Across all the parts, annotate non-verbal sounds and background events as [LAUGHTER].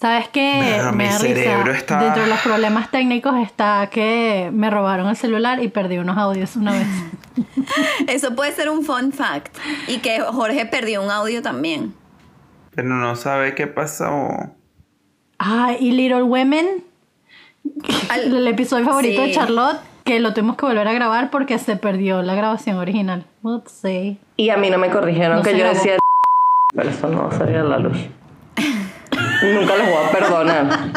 ¿Sabes qué? Nah, me mi da risa. cerebro está- Dentro de los problemas técnicos está que me robaron el celular y perdí unos audios una [LAUGHS] vez. Eso puede ser un fun fact. Y que Jorge perdió un audio también. Pero no sabe qué pasó. Ah, y Little Women, Al- [LAUGHS] el episodio favorito Sí. de Charlotte, que lo tuvimos que volver a grabar porque se perdió la grabación original. Let's see. Y a mí no me corrigieron No que se yo grabó. decía pero eso no va a salir a la [LAUGHS] luz. Nunca los voy a perdonar.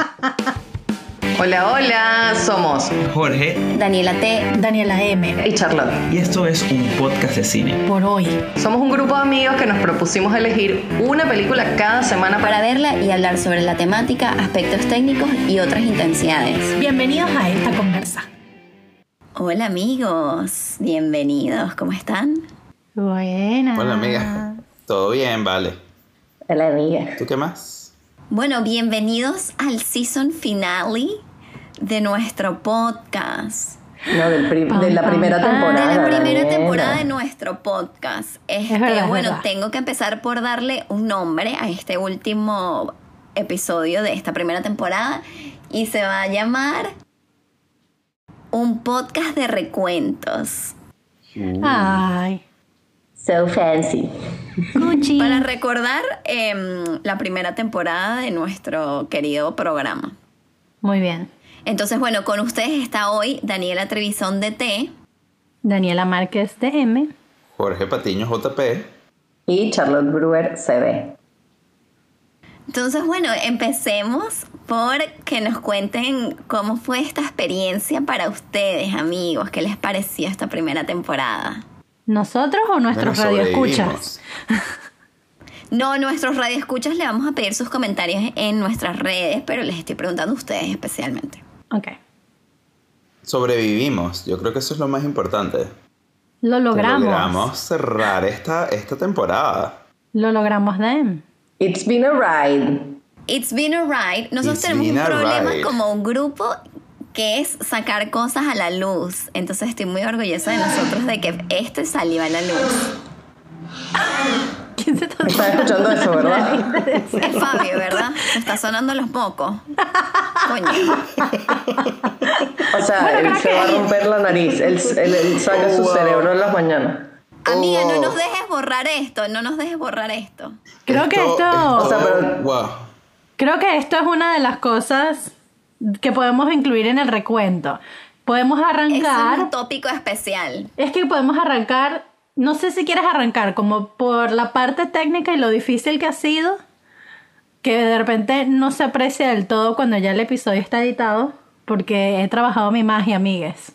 Hola, hola, somos Jorge Daniela T. Daniela M. y Charlotte. y esto es un podcast de cine. Por hoy. Somos un grupo de amigos que nos propusimos elegir una película cada semana para Para verla y hablar sobre la temática, aspectos técnicos y otras intensidades. Bienvenidos a esta conversa. Hola amigos, bienvenidos, ¿cómo están? Buena. Hola, amiga. Ah. Todo bien, vale. la amiga. ¿Tú qué más? Bueno, bienvenidos al season finale de nuestro podcast. No, del pri- Pam, de la pam, primera pam. temporada. de la primera Daniela. temporada de nuestro podcast. Este, Es verdad, es bueno, verdad. tengo que empezar por darle un nombre a este último episodio de esta primera temporada y se va a llamar Un podcast de recuentos. Ay. So fancy. Gucci. Para recordar em, la primera temporada de nuestro querido programa. Muy bien. Entonces, bueno, con ustedes está hoy Daniela Trevisón de T. Daniela Márquez de M. Jorge Patiño JP. Y Charlotte Brewer se ve. Entonces, bueno, empecemos por que nos cuenten cómo fue esta experiencia para ustedes, amigos. ¿Qué les pareció esta primera temporada? ¿Nosotros o nuestros Bueno, radioescuchas? sobrevivimos. No, nuestros radioescuchas le vamos a pedir sus comentarios en nuestras redes, pero les estoy preguntando a ustedes especialmente. Ok. Sobrevivimos. Yo creo que eso es lo más importante. Lo Que logramos. Logramos cerrar esta, esta temporada. Lo logramos, Dan. It's been a ride. It's been a ride. Nosotros It's tenemos un been a problema ride. como un grupo que es sacar cosas a la luz. Entonces estoy muy orgullosa de nosotros de que este salió a la luz. [LAUGHS] ¿Quién se está Están escuchando eso, [LAUGHS] ¿verdad? Es Fabio, ¿verdad? Se está sonando los mocos. Coño. O sea, él se va a romper la nariz. Él, él- él saca su cerebro en las mañanas. Amiga, no Oh. nos dejes borrar esto, no nos dejes borrar esto. Creo que esto- O sea, pero- Wow. Creo que esto es una de las cosas que podemos incluir en el recuento. Podemos Es un arrancar. tópico especial. Es que podemos arrancar. No sé si quieres arrancar como por la parte técnica y lo difícil que ha sido, que de repente no se aprecia del todo cuando ya el episodio está editado, porque he trabajado mi magia, amigues.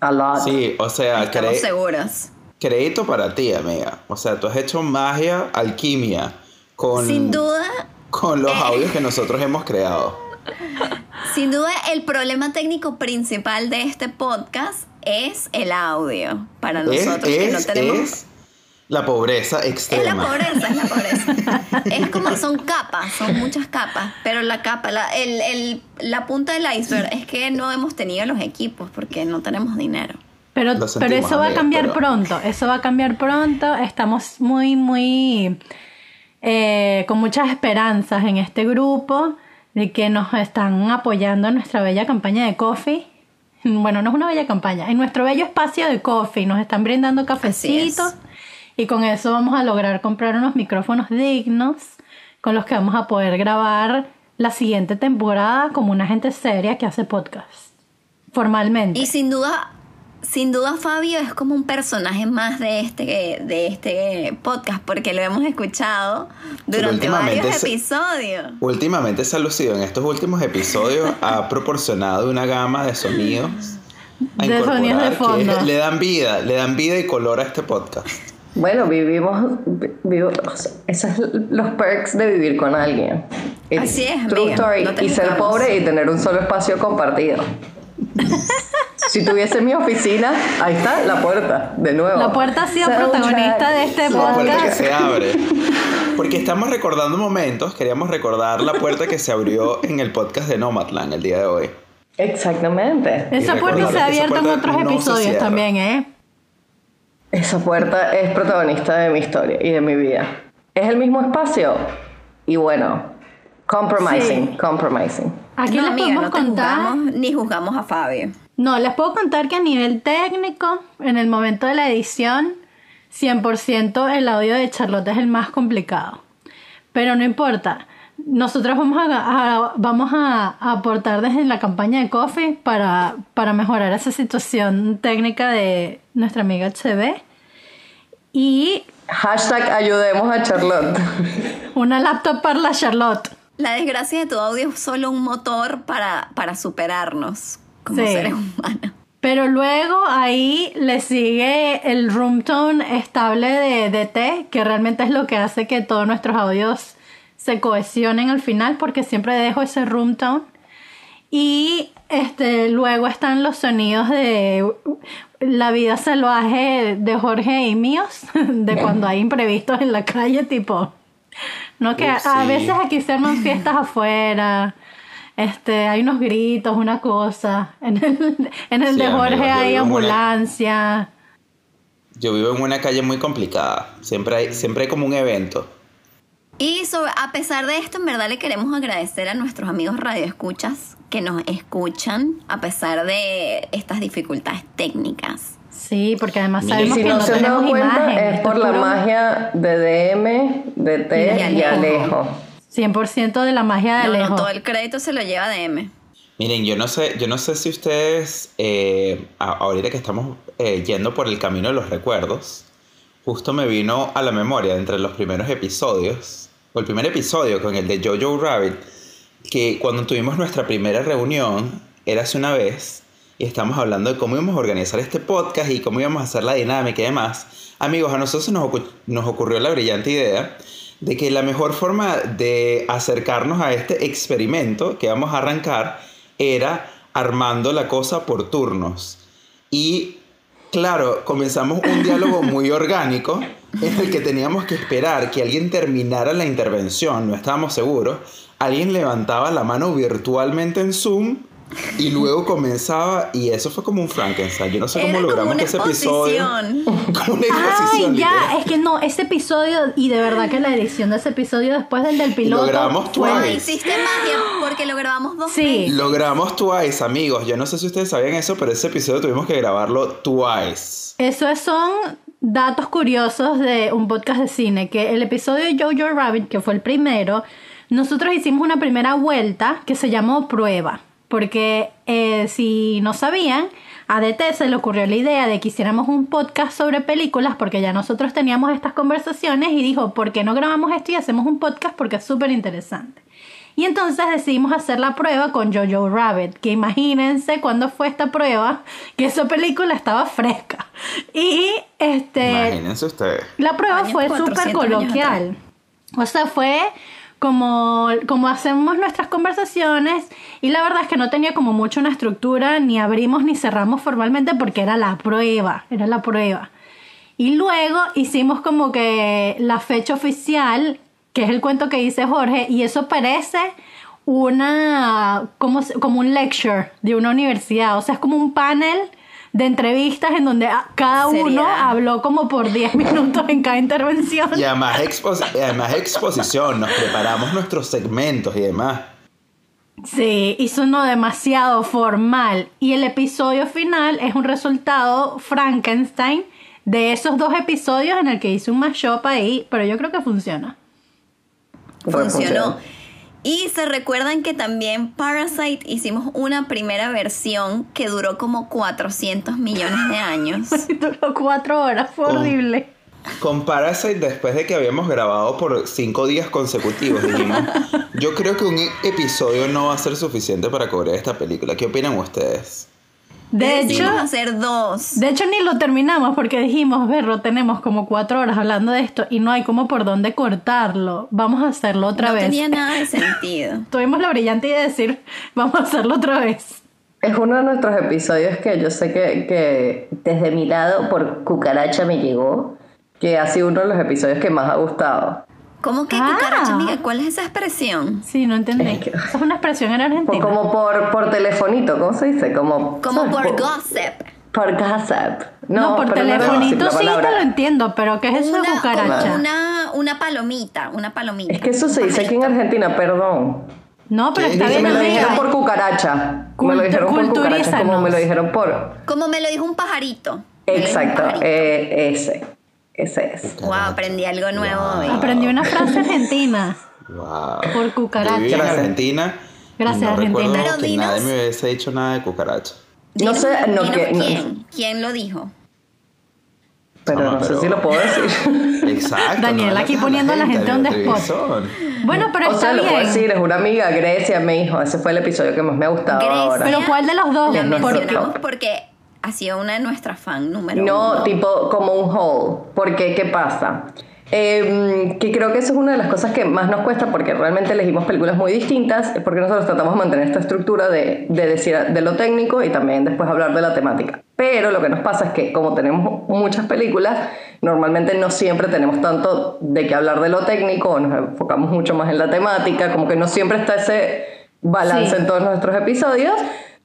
A lot. Sí, o sea, Estamos cre- seguros. crédito para ti, amiga. O sea, tú has hecho magia, alquimia con, Sin duda, con Eh, los audios que nosotros hemos creado. sin duda, el problema técnico principal de este podcast es el audio. Para Es, nosotros que no es- tenemos. es la pobreza es la extrema. pobreza, es la pobreza. [LAUGHS] es como son capas, son muchas capas. Pero la capa, la, el- el- la punta del iceberg es que no hemos tenido los equipos porque no tenemos dinero. Pero, Lo sentimos, pero eso va a amiga, cambiar pero- pronto, eso va a cambiar pronto. Estamos muy, muy eh, con muchas esperanzas en este grupo de que nos están apoyando en nuestra bella campaña de coffee. Bueno, no es una bella campaña, en nuestro bello espacio de coffee nos están brindando cafecitos es. y con eso vamos a lograr comprar unos micrófonos dignos con los que vamos a poder grabar la siguiente temporada como una gente seria que hace podcast. Formalmente. Y sin duda, sin duda Fabio es como un personaje más de este, de este podcast, porque lo hemos escuchado Pero durante últimamente varios se- episodios. Últimamente se ha lucido en estos últimos episodios, [LAUGHS] ha proporcionado una gama de sonidos a De sonidos de incorporar fondo. que le dan vida, le dan vida y color a este podcast. Bueno, vivimos, vi- vivo- o sea, esos son los perks de vivir con alguien. It's Así es, True amiga, story. no te y ser juzgamos. pobre y tener un solo espacio compartido. [LAUGHS] si tuviese mi oficina, ahí está la puerta, de nuevo. La puerta ha sido Soundtrack. protagonista de este La puerta que podcast. se abre. Porque estamos recordando momentos, queríamos recordar la puerta que se abrió en el podcast de Nomadland el día de hoy. Exactamente. Esa Y puerta se ha recordar que esa abierto en puerta otros no se episodios cierra. también, ¿eh? Esa puerta es protagonista de mi historia y de mi vida. ¿Es el mismo espacio? Y bueno, Compromising, compromising. Aquí no, les amiga, podemos no te contar. juzgamos ni juzgamos a Fabio. No, les puedo contar que a nivel técnico, en el momento de la edición, 100% el audio de Charlotte es el más complicado. Pero no importa. Nosotros vamos a, a- vamos a, a aportar desde la campaña de Coffee para, para mejorar esa situación técnica de nuestra amiga HB. Y Hashtag ayudemos a Charlotte. una laptop para la Charlotte. La desgracia de tu audio es solo un motor para, para superarnos como Sí. seres humanos. Pero luego ahí le sigue el room tone estable de, de T, que realmente es lo que hace que todos nuestros audios se cohesionen al final, porque siempre dejo ese room tone. Y este, luego están los sonidos de la vida salvaje de Jorge y míos, [LAUGHS] de cuando hay imprevistos en la calle, tipo. No, que a, a Sí. veces aquí se arman fiestas afuera. Este, hay unos gritos, una cosa. En el, en el Sí, de Jorge amigo, yo hay vivo en una- ambulancia. Yo vivo en una calle muy complicada. Siempre hay, siempre hay como un evento. Y sobre- a pesar de esto, en verdad le queremos agradecer a nuestros amigos radioescuchas que nos escuchan a pesar de estas dificultades técnicas. Sí, porque además Mira, Y sabemos si que no, no se han tenemos dado cuenta, imagen. es esto por la puro magia de DM, de T Y y Alejo. 100% de la magia de No, Alejo. no, todo el crédito se lo lleva DM. Miren, yo no sé, yo no sé si ustedes, eh, a- ahorita que estamos eh, yendo por el camino de los recuerdos, justo me vino a la memoria entre los primeros episodios, o el primer episodio con el de Jojo Rabbit, que cuando tuvimos nuestra primera reunión, era hace una vez, y estábamos hablando de cómo íbamos a organizar este podcast y cómo íbamos a hacer la dinámica y demás. Amigos, a nosotros se nos, ocu- nos ocurrió la brillante idea de que la mejor forma de acercarnos a este experimento que vamos a arrancar era armando la cosa por turnos. Y claro, comenzamos un diálogo [LAUGHS] muy orgánico en el que teníamos que esperar que alguien terminara la intervención, no estábamos seguros. Alguien levantaba la mano virtualmente en Zoom y [LAUGHS] luego comenzaba y eso fue como un Frankenstein. Yo no sé cómo Era como logramos una que ese episodio... [LAUGHS] exposición. Como una Ay, exposición, literal. ya, es que no, ese episodio, y de verdad que la edición de ese episodio después del del piloto. grabamos fue- twice. Ay, hiciste magia porque lo grabamos dos Sí. Logramos Twice, amigos. Yo no sé si ustedes sabían eso, pero ese episodio tuvimos que grabarlo Twice. Eso es- son datos curiosos de un podcast de cine, que el episodio de Jojo Rabbit, que fue el primero, nosotros hicimos una primera vuelta que se llamó prueba, porque eh, si no sabían, a DT se le ocurrió la idea de que hiciéramos un podcast sobre películas, porque ya nosotros teníamos estas conversaciones y dijo, ¿por qué no grabamos esto y hacemos un podcast? Porque es súper interesante. Y entonces decidimos hacer la prueba con Jojo Rabbit, que imagínense cuando fue esta prueba, que esa película estaba fresca. Y este Imagínense ustedes. la prueba Años fue 400 súper años coloquial. O sea, fue como, como hacemos nuestras conversaciones y la verdad es que no tenía como mucho una estructura, ni abrimos ni cerramos formalmente porque era la prueba, era la prueba. Y luego hicimos como que la fecha oficial, que es el cuento que dice Jorge, y eso parece una como, se- como un lecture de una universidad, o sea, es como un panel de entrevistas en donde a- cada uno Seriedad. habló como por 10 [LAUGHS] minutos en cada intervención. Y además, expo- y además exposición, nos preparamos nuestros segmentos y demás. Sí, hizo uno demasiado formal. Y el episodio final es un resultado Frankenstein de esos dos episodios en el que hice un mashup ahí, pero yo creo que funciona. [LAUGHS] Pero Funcionó. Y se recuerdan que también Parasite hicimos una primera versión que duró como 400 millones de años. Duró cuatro horas, fue Oh. horrible. Con Parasite, después de que habíamos grabado por cinco días consecutivos, dijimos, yo creo que un episodio no va a ser suficiente para cobrar esta película. ¿Qué opinan ustedes? [LAUGHS] De hecho, Decidimos hacer dos. de hecho ni lo terminamos porque dijimos, verlo, tenemos como cuatro horas hablando de esto y no hay como por dónde cortarlo. Vamos a hacerlo otra no vez. tenía nada de sentido. Tuvimos la brillante idea de decir, vamos a hacerlo otra vez. Es uno de nuestros episodios que yo sé que, que desde mi lado por cucaracha me llegó, que ha sido uno de los episodios que más ha gustado. ¿Cómo que Ah. cucaracha, amiga? ¿Cuál es esa expresión? Sí, no entendí. Es que- Esa es una expresión en Por- Argentina. como por, por telefonito, ¿cómo se dice? Como, Como ¿sabes? por gossip. por gossip. No, por pero no era gossip telefonito la sí te palabra. lo entiendo, pero ¿qué es eso de Una, cucaracha? una, una palomita, una palomita. Es que eso se dice aquí en Argentina, perdón. No, pero ¿Qué? está Dice, bien, Me lo dijeron amiga. por cucaracha. Me lo Cultu- dijeron por cucaracha, como me lo dijeron por... Como me lo dijo un pajarito. Me lo dijo un Exacto, pajarito. eh, ese. Ese es. Wow, aprendí algo nuevo hoy. Aprendí una frase argentina. Wow. Por cucaracha. Yo viví en Claro. Argentina. Gracias, y no Argentina. recuerdo Pero que dinos- nadie me hubiese dicho nada de cucaracha. No sé, no, Dinos que- no. quién, quién lo dijo. Pero Ajá, no sé pero- si lo puedo decir. Exacto. Daniel, no le aquí metas poniendo a la gente on the Beatriz, spot. son. Bueno, pero [LAUGHS] o está sea, lo puedo bien. decir, es una amiga, Grecia, mi hijo. Ese fue el episodio que más me ha gustado ahora. Pero ¿cuál de los dos? La Es nuestro mencionamos top. porque ha sido una de nuestras fan número uno. No, tipo como un haul. Porque, ¿qué pasa? Eh, que creo que eso es una de las cosas que más nos cuesta porque realmente elegimos películas muy distintas, porque nosotros tratamos de mantener esta estructura de, de decir de lo técnico y también después hablar de la temática. Pero lo que nos pasa es que como tenemos muchas películas, normalmente no siempre tenemos tanto de qué hablar de lo técnico, o nos enfocamos mucho más en la temática, como que no siempre está ese balance Sí. en todos nuestros episodios.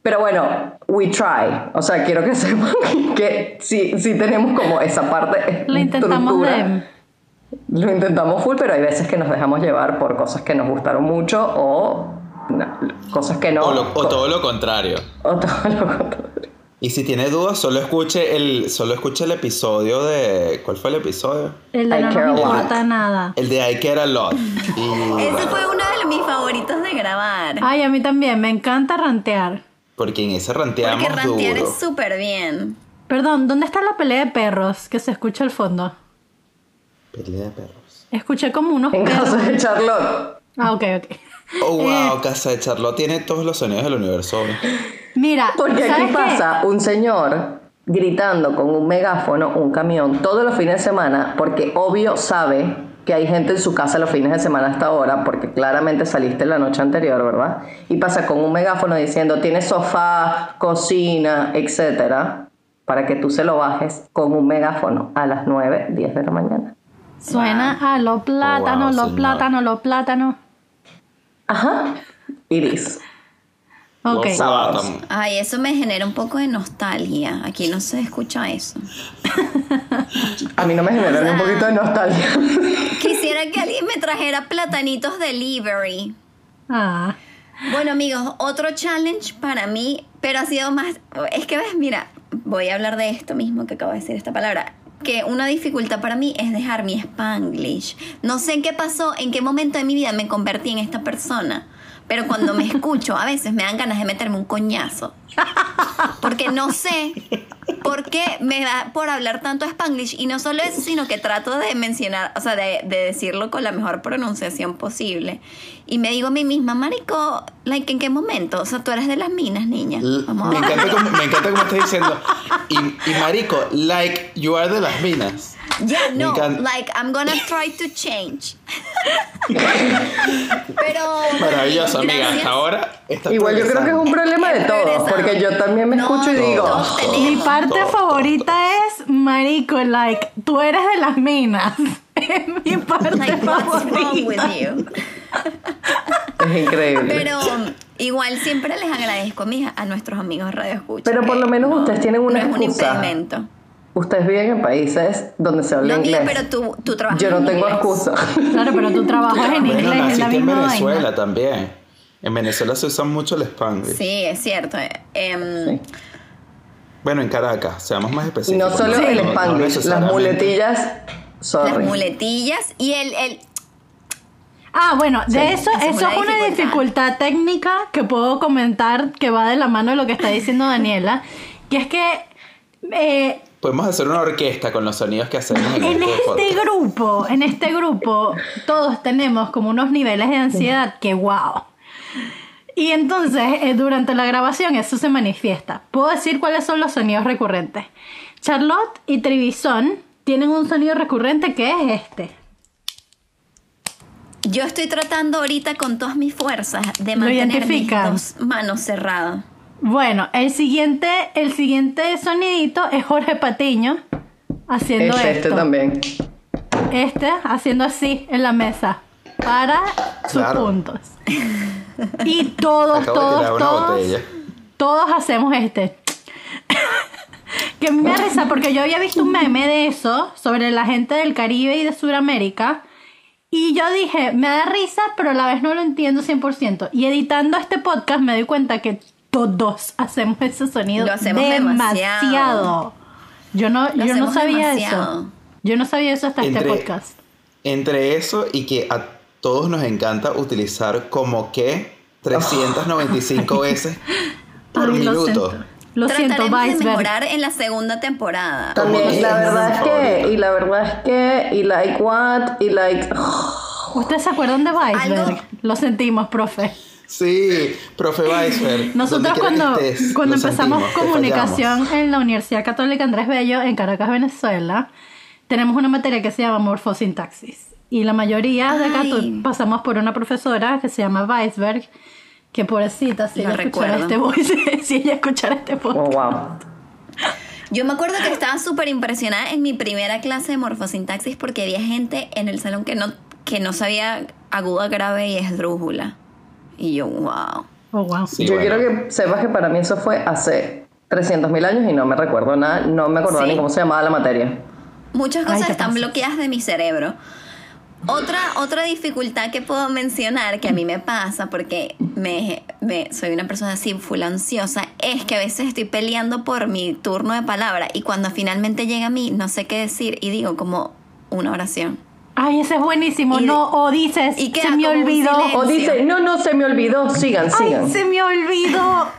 Pero bueno, we try. O sea, quiero que [LAUGHS] sepan que sí, sí tenemos como esa parte. Lo intentamos estructura. de... Lo intentamos full, pero hay veces que nos dejamos llevar por cosas que nos gustaron mucho o no, cosas que no. O, lo- o todo lo contrario. o todo lo contrario. Y si tiene dudas, solo escuche el, solo escuche el episodio de. ¿Cuál fue el episodio? El de I no care a nos lot. importa nada. El de I Care a Lot. Y- Ese fue uno de mis favoritos de grabar. Ay, a mí también, me encanta rantear. Porque en ese ranteamos Porque rantear duro. es súper bien. Perdón, ¿dónde está la pelea de perros que se escucha al fondo? Pelea de perros. Escuché como unos En perros. caso de Charlotte. Ah, ok, ok. Oh, Eh. wow, Casa de Charlotte tiene todos los sonidos del universo. Mira, Porque ¿sabes aquí qué? pasa un señor gritando con un megáfono, un camión, todos los fines de semana, porque obvio sabe que hay gente en su casa los fines de semana hasta ahora, porque claramente saliste la noche anterior, ¿verdad? Y pasa con un megáfono diciendo, tiene sofá, cocina, etcétera, para que tú se lo bajes con un megáfono a las 9, 10 de la mañana. Suena a lo plátano, Oh, Wow, lo señor. plátano, lo plátano. Ajá, Iris. Ok. Los sábados. Ay, eso me genera un poco de nostalgia. Aquí no se escucha eso. A mí no me genera ni un poquito de nostalgia. Quisiera que alguien me trajera platanitos delivery. Ah. Bueno, amigos, otro challenge para mí, pero ha sido más. Es que ves, mira, voy a hablar de esto mismo que acabo de decir esta palabra. Que una dificultad para mí es dejar mi spanglish. No sé en qué pasó, en qué momento de mi vida me convertí en esta persona. Pero cuando me [LAUGHS] escucho, a veces me dan ganas de meterme un coñazo. Porque no sé por qué me da por hablar tanto spanglish. Y no solo eso, sino que trato de mencionar, o sea, de, de decirlo con la mejor pronunciación posible. Y me digo a mí misma, Marico, like, ¿en qué momento? O sea, tú eres de las minas, niña. Vamos Me a ver. encanta, como, me encanta como estás diciendo. Y, y marico, like you are de las minas. Ya, Me no, encanta. like, I'm gonna try to [LAUGHS] change. Pero. Maravilloso, amiga. gracias. Hasta ahora está Igual yo creo que es un problema de todos, Regresamos. porque yo también me No, escucho y no, digo... todos Mi tenemos. parte Todo, todo, favorita es Marico, like, tú eres de las minas. [LAUGHS] Es mi parte Like, what's wrong with favorita. you? Es increíble. Pero, [LAUGHS] Pero um, igual siempre les agradezco a, mis- a nuestros amigos Radio Escucha. por lo menos ustedes tienen no una es un excusa. impedimento. ustedes viven en países donde se habla No, amiga, inglés. pero tú, tú trabajas. yo no en tengo inglés. excusa. [LAUGHS] Claro, pero tu trabajo es en Bueno, inglés, es naciste la en misma Venezuela vaina. también. En Venezuela se usa mucho el spanglish. Sí, es cierto. eh, em, Sí. Bueno, en Caracas, seamos más Y específicos. no solo No, el no spanglish, las necesariamente. muletillas, sorry. Las muletillas y el. el Ah, bueno, de eso, esa es eso una es una dificultad. dificultad técnica que puedo comentar que va de la mano de lo que está diciendo Daniela, que es que eh, Podemos hacer una orquesta con los sonidos que hacemos [LAUGHS] en, En este podcast. este grupo, en este grupo, todos tenemos como unos niveles de ansiedad que wow. Y entonces, eh, durante la grabación, eso se manifiesta. Puedo decir cuáles son los sonidos recurrentes. Charlotte y Trivison tienen un sonido recurrente que es este. yo estoy tratando ahorita con todas mis fuerzas de Lo mantener mis identifican. dos manos cerradas. Bueno, el siguiente, el siguiente sonidito es Jorge Patiño haciendo Este, esto. este también. Este haciendo así en la mesa para sus Claro. puntos. Y todos, Acabo de todos, tirar una todos, botella. todos hacemos este. que a mí me da risa porque yo había visto un meme de eso sobre la gente del Caribe y de Sudamérica Y yo dije, me da risa, pero a la vez no lo entiendo 100%. Y editando este podcast me doy cuenta que todos hacemos ese sonido Lo hacemos demasiado. Yo no, Lo yo no hacemos sabía demasiado. eso. Yo no sabía eso hasta este Entre- podcast. Entre eso y que a todos nos encanta utilizar como que [LAUGHS] 395 veces por Ay, lo minuto. siento. Lo siento, Trataremos de Weisberg. mejorar en la segunda temporada. Como También, que la es verdad es favorito. que, y la verdad es que, y like what, y like. [LAUGHS] oh, ¿Ustedes se acuerdan de Weisberg? Algo- Lo sentimos, profe. Sí, profe Weisberg. Nosotros donde quiera cuando, que estés, cuando lo empezamos sentimos, te comunicación en la Universidad Católica Andrés Bello en Caracas, Venezuela, tenemos una materia que se llama morfosintaxis. Y la mayoría de acá Ay. tu- pasamos por una profesora que se llama Weisberg, que pobrecita, si La ella escuchara este recuerdo. voice, [LAUGHS] si ella escuchara este podcast. Oh, wow. Yo me acuerdo que estaba súper impresionada en mi primera clase de morfosintaxis porque había gente en el salón que no, que no sabía aguda, grave y esdrújula. Y yo, wow. Oh, wow. Sí, Yo bueno. quiero que sepas que para mí eso fue hace 300.000 años y no me recuerdo nada, no me acordaba Sí. ni cómo se llamaba la materia. Muchas Ay, cosas ¿qué están pasa? bloqueadas de mi cerebro. Otra, otra dificultad que puedo mencionar que a mí me pasa porque me, me- soy una persona así full ansiosa es que a veces estoy peleando por mi turno de palabra y cuando finalmente llega a mí no sé qué decir y digo como una oración. Ay, ese es buenísimo. Y- no, o dices, y queda se me como un olvidó. silencio. O dice, no, no, se me olvidó, sigan, Ay, sigan. se me olvidó.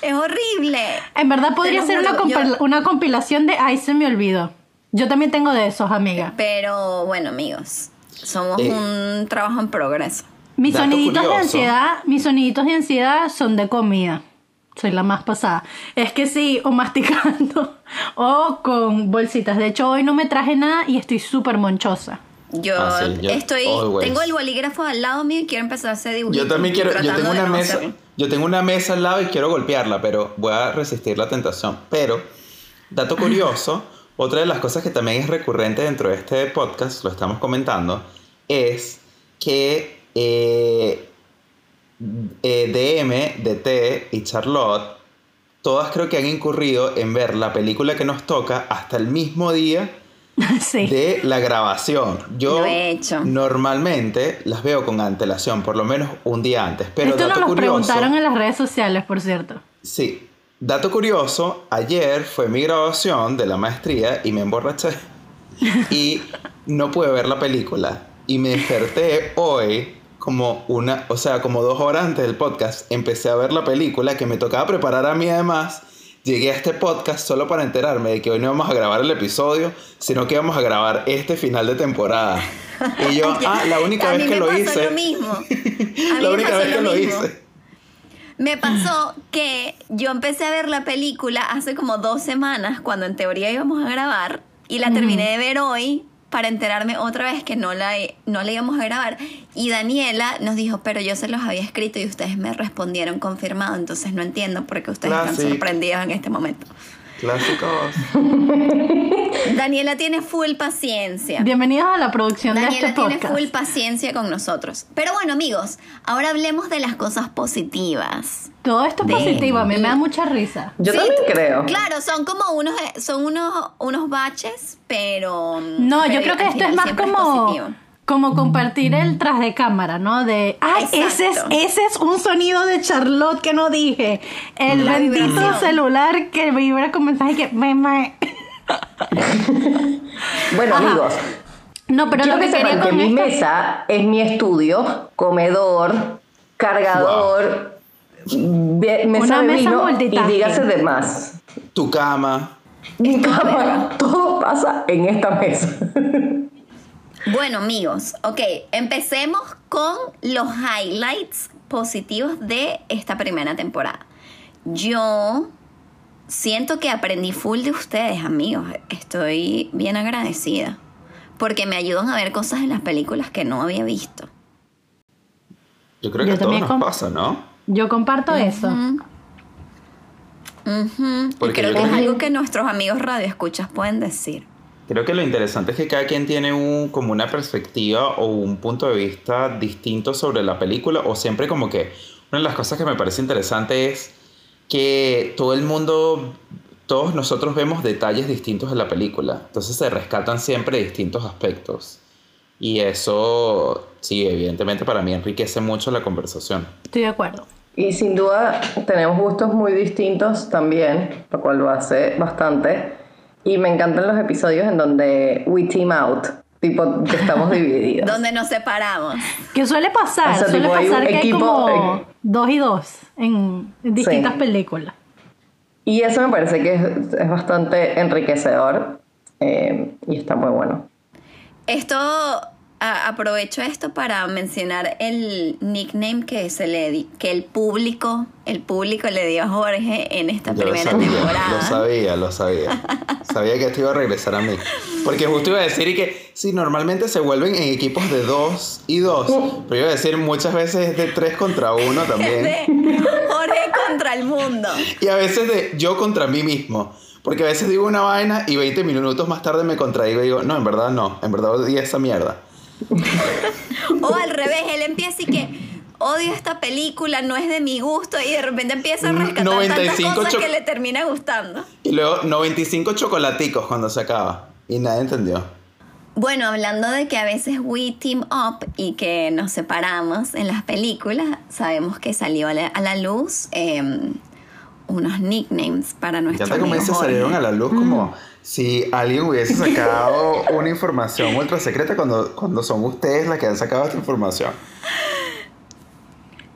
Es horrible. En verdad podría lo ser una, juro, yo- compil- una compilación de Ay, se me olvidó. Yo también tengo de esos, amiga. Pero bueno, amigos, somos Eh. un trabajo en progreso. Mis Dato soniditos de curioso. ansiedad, mis soniditos de ansiedad son de comida. Soy la más pasada. Es que sí, o masticando [LAUGHS] o con bolsitas. De hecho, hoy no me traje nada y estoy súper monchosa. [LAUGHS] Yo, Ah, sí, yo estoy, always. tengo el bolígrafo al lado mío y quiero empezar a hacer dibujitos. Yo también quiero, yo tratando tengo de una no mesa, hacerlo. yo tengo una mesa al lado y quiero golpearla, pero voy a resistir la tentación. Pero, dato [LAUGHS] curioso, otra de las cosas que también es recurrente dentro de este podcast, lo estamos comentando, es que eh, eh, DM, DT y Charlotte, todas creo que han incurrido en ver la película que nos toca hasta el mismo día sí. de la grabación. Yo Lo he hecho. normalmente las veo con antelación, por lo menos un día antes. Pero Esto nos dato lo curioso. preguntaron en las redes sociales, por cierto. Sí. Dato curioso, ayer fue mi graduación de la maestría y me [LAUGHS] emborraché. Y no pude ver la película. Y me desperté hoy como una, o sea, como dos horas antes del podcast. Empecé a ver la película que me tocaba preparar a mí además. Llegué a este podcast solo para enterarme de que hoy no vamos a grabar el episodio, sino que vamos a grabar este final de temporada. Y [LAUGHS] yo, ah, la única a vez mí que me lo pasó hice. [LAUGHS] lo mismo. A mí La me única pasó vez que lo mismo. hice. Me pasó que yo empecé a ver la película hace como dos semanas, cuando en teoría íbamos a grabar, y la terminé de ver hoy para enterarme otra vez que no la, no la íbamos a grabar. Y Daniela nos dijo, pero yo se los había escrito y ustedes me respondieron confirmado, entonces no entiendo por qué ustedes están Classic. sorprendidos en este momento. Clásicos. Daniela tiene full paciencia. Bienvenidos a la producción de Daniela este tiene podcast. full paciencia con nosotros. Pero bueno, amigos, ahora hablemos de las cosas positivas. Todo esto es Bien. positivo, a mí me da mucha risa. Yo Sí, también tú- creo. Claro, son como unos, eh, son unos, unos baches, pero. mm, No, pero yo creo que al esto es final más siempre como, positivo. como compartir el tras de cámara, ¿no? De, ay, ese es, Exacto. ese es un sonido de Charlotte que no dije. El La bendito vibración. celular que vibra con mensaje que... me- me- Bueno, Ajá. amigos, No, pero quiero lo que que sepan quería que con mi esto- mesa es mi estudio, comedor, cargador, be- mesa Una de mesa vino y multitasking. dígase de más. Tu cama. Mi cámara, todo pasa en esta mesa. Bueno, amigos, ok, empecemos con los highlights positivos de esta primera temporada. Yo siento que aprendí full de ustedes, amigos. Estoy bien agradecida porque me ayudan a ver cosas en las películas que no había visto. Yo creo Yo que a todos también nos com- pasa, ¿no? Yo comparto eso. Ujú, y Porque creo yo que es creo que- algo que nuestros amigos radioescuchas pueden decir. Creo que lo interesante es que cada quien tiene un, como una perspectiva o un punto de vista distinto sobre la película o siempre como que una de las cosas que me parece interesante es que todo el mundo, todos nosotros vemos detalles distintos de la película, entonces se rescatan siempre distintos aspectos. Y eso, sí, evidentemente para mí enriquece mucho la conversación. Estoy de acuerdo. Y sin duda tenemos gustos muy distintos también, lo cual lo hace bastante. Y me encantan los episodios en donde we team out, tipo que [LAUGHS] estamos divididos. Donde nos separamos. Que suele pasar, O sea, suele tipo, hay un pasar que equipo- hay como eh, dos y dos en distintas Sí. películas. Y eso me parece que es, es bastante enriquecedor eh, y está muy bueno. Esto, a- aprovecho esto para mencionar el nickname que se le di- que el público, el público le dio a Jorge en esta Yo lo primera sabía, temporada. lo [LAUGHS] sabía, lo sabía. Sabía que esto iba a regresar a mí. Porque justo iba a decir y que sí, normalmente se vuelven en equipos de dos y dos. Pero iba a decir muchas veces es de tres contra uno también. De Jorge contra el mundo. Y a veces de yo contra mí mismo. Porque a veces digo una vaina y 20 minutos más tarde me contraigo y digo, no, en verdad no, en verdad odié esa mierda. O al revés, él empieza y que odio esta película, no es de mi gusto, y de repente empieza a rescatar 95 tantas cosas cho- que le termina gustando. Y luego 95 chocolaticos cuando se acaba. Y nadie entendió. Bueno, hablando de que a veces we team up y que nos separamos en las películas, sabemos que salió a la, a la luz eh, unos nicknames para Ya nuestro te como amigo dices, Jorge. salieron a la luz Mm. como si alguien hubiese sacado una información ultra secreta cuando, cuando son ustedes las que han sacado esta información.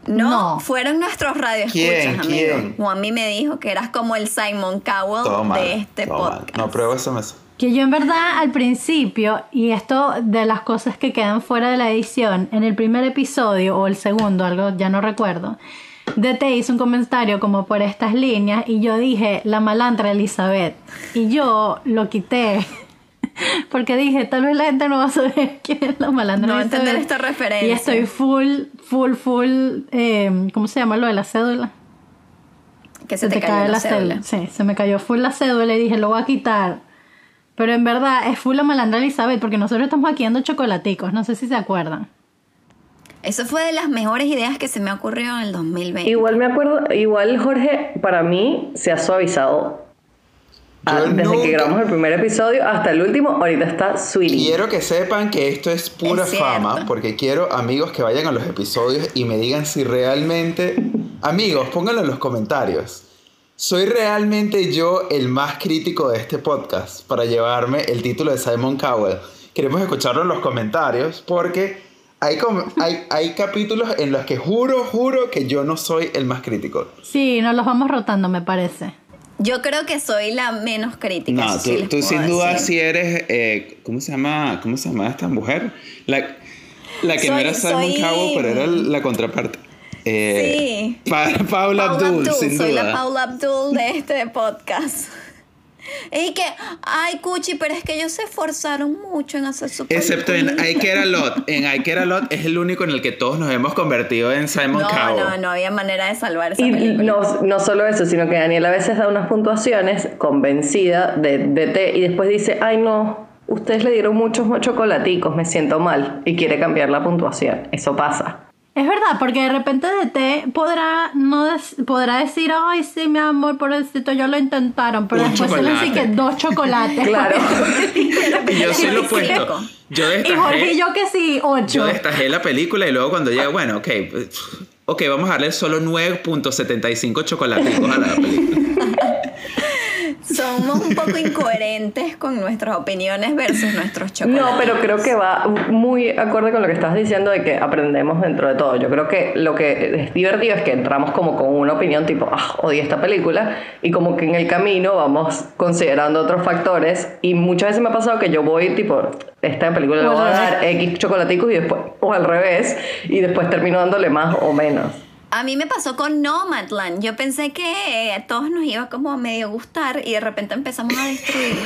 No, No. fueron nuestros radioescuchas, ¿Quién? amigos. ¿Quién? O a mí me dijo que eras como el Simon Cowell Todo mal. de este todo mal. podcast. No, prueba esa mesa. Que yo en verdad al principio, y esto de las cosas que quedan fuera de la edición, en el primer episodio o el segundo, algo ya no recuerdo, DT hizo un comentario como por estas líneas y yo dije, la malandra Elizabeth. Y yo lo quité. [LAUGHS] Porque dije, tal vez la gente no va a saber [LAUGHS] quién es la malandra No va a Elizabeth. entender esta referencia. Y estoy full, full, full, eh, ¿cómo se llama lo de la cédula? que se, te, cayó la célula. Sí, se me cayó full la cédula y dije, lo voy a quitar. Pero en verdad es full la malandra Elizabeth porque nosotros estamos aquí dando chocolaticos, no sé si se acuerdan. Eso fue de las mejores ideas que se me ocurrió en el 2020. Igual me acuerdo, igual Jorge para mí se ha suavizado. Ah, Yo desde nunca- que grabamos el primer episodio hasta el último, ahorita está Sweetie. Quiero que sepan que esto es pura Es cierto. fama, porque quiero amigos que vayan a los episodios y me digan si realmente... amigos, pónganlo en los comentarios. ¿Soy realmente yo el más crítico de este podcast para llevarme el título de Simon Cowell? Queremos escucharlo en los comentarios porque hay, com- hay, hay capítulos en los que juro, juro que yo no soy el más crítico. Sí, nos los vamos rotando, me parece. Yo creo que soy la menos crítica. eso sí les puedo decir. eres... eh, ¿Cómo se llama cómo se llama esta mujer? La, que no Soy- era Simon soy- Cowell, pero era la contraparte. Eh, Sí. [LAUGHS] Paula soy la Paula Abdul de este podcast. [LAUGHS] Y que, ay, Cuchi, pero es que ellos se esforzaron mucho en hacer su Excepto en película". I Care A Lot. En I Care A Lot es el único en el que todos nos hemos convertido en Simon No, Cowell. no, no había manera de salvar esa Y película. no, no solo eso, sino que Daniel a veces da unas puntuaciones convencida de, de té y después dice, ay no, ustedes le dieron muchos mo- chocolaticos, me siento mal y quiere cambiar la puntuación. Eso pasa. Es verdad, porque de repente DT podrá no des- podrá decir, ay, sí, mi amor, por esto yo lo intentaron, pero Un después se le chocolate. dice que dos chocolates. [LAUGHS] Claro. Y [LAUGHS] yo soy lo opuesto. Cinco. Yo y Jorge y destajé, yo que sí, yo ocho. destajé la película y luego cuando llega, bueno, ok. pues, Ok, vamos a darle solo 9.75 chocolaticos a la película. Somos un poco incoherentes con nuestras opiniones versus nuestros chocolates. No, pero creo que va muy acorde con lo que estás diciendo de que aprendemos dentro de todo. Yo creo que lo que es divertido es que entramos como con una opinión tipo, ah, odio esta película, y como que en el camino vamos considerando otros factores. Y muchas veces me ha pasado que yo voy tipo, esta película le O al voy a revés. dar X chocolaticos y después, o al revés, y después termino dándole más o menos. A mí me pasó con Nomadland. Yo pensé que eh, a todos nos iba como a medio gustar y de repente empezamos a destruir.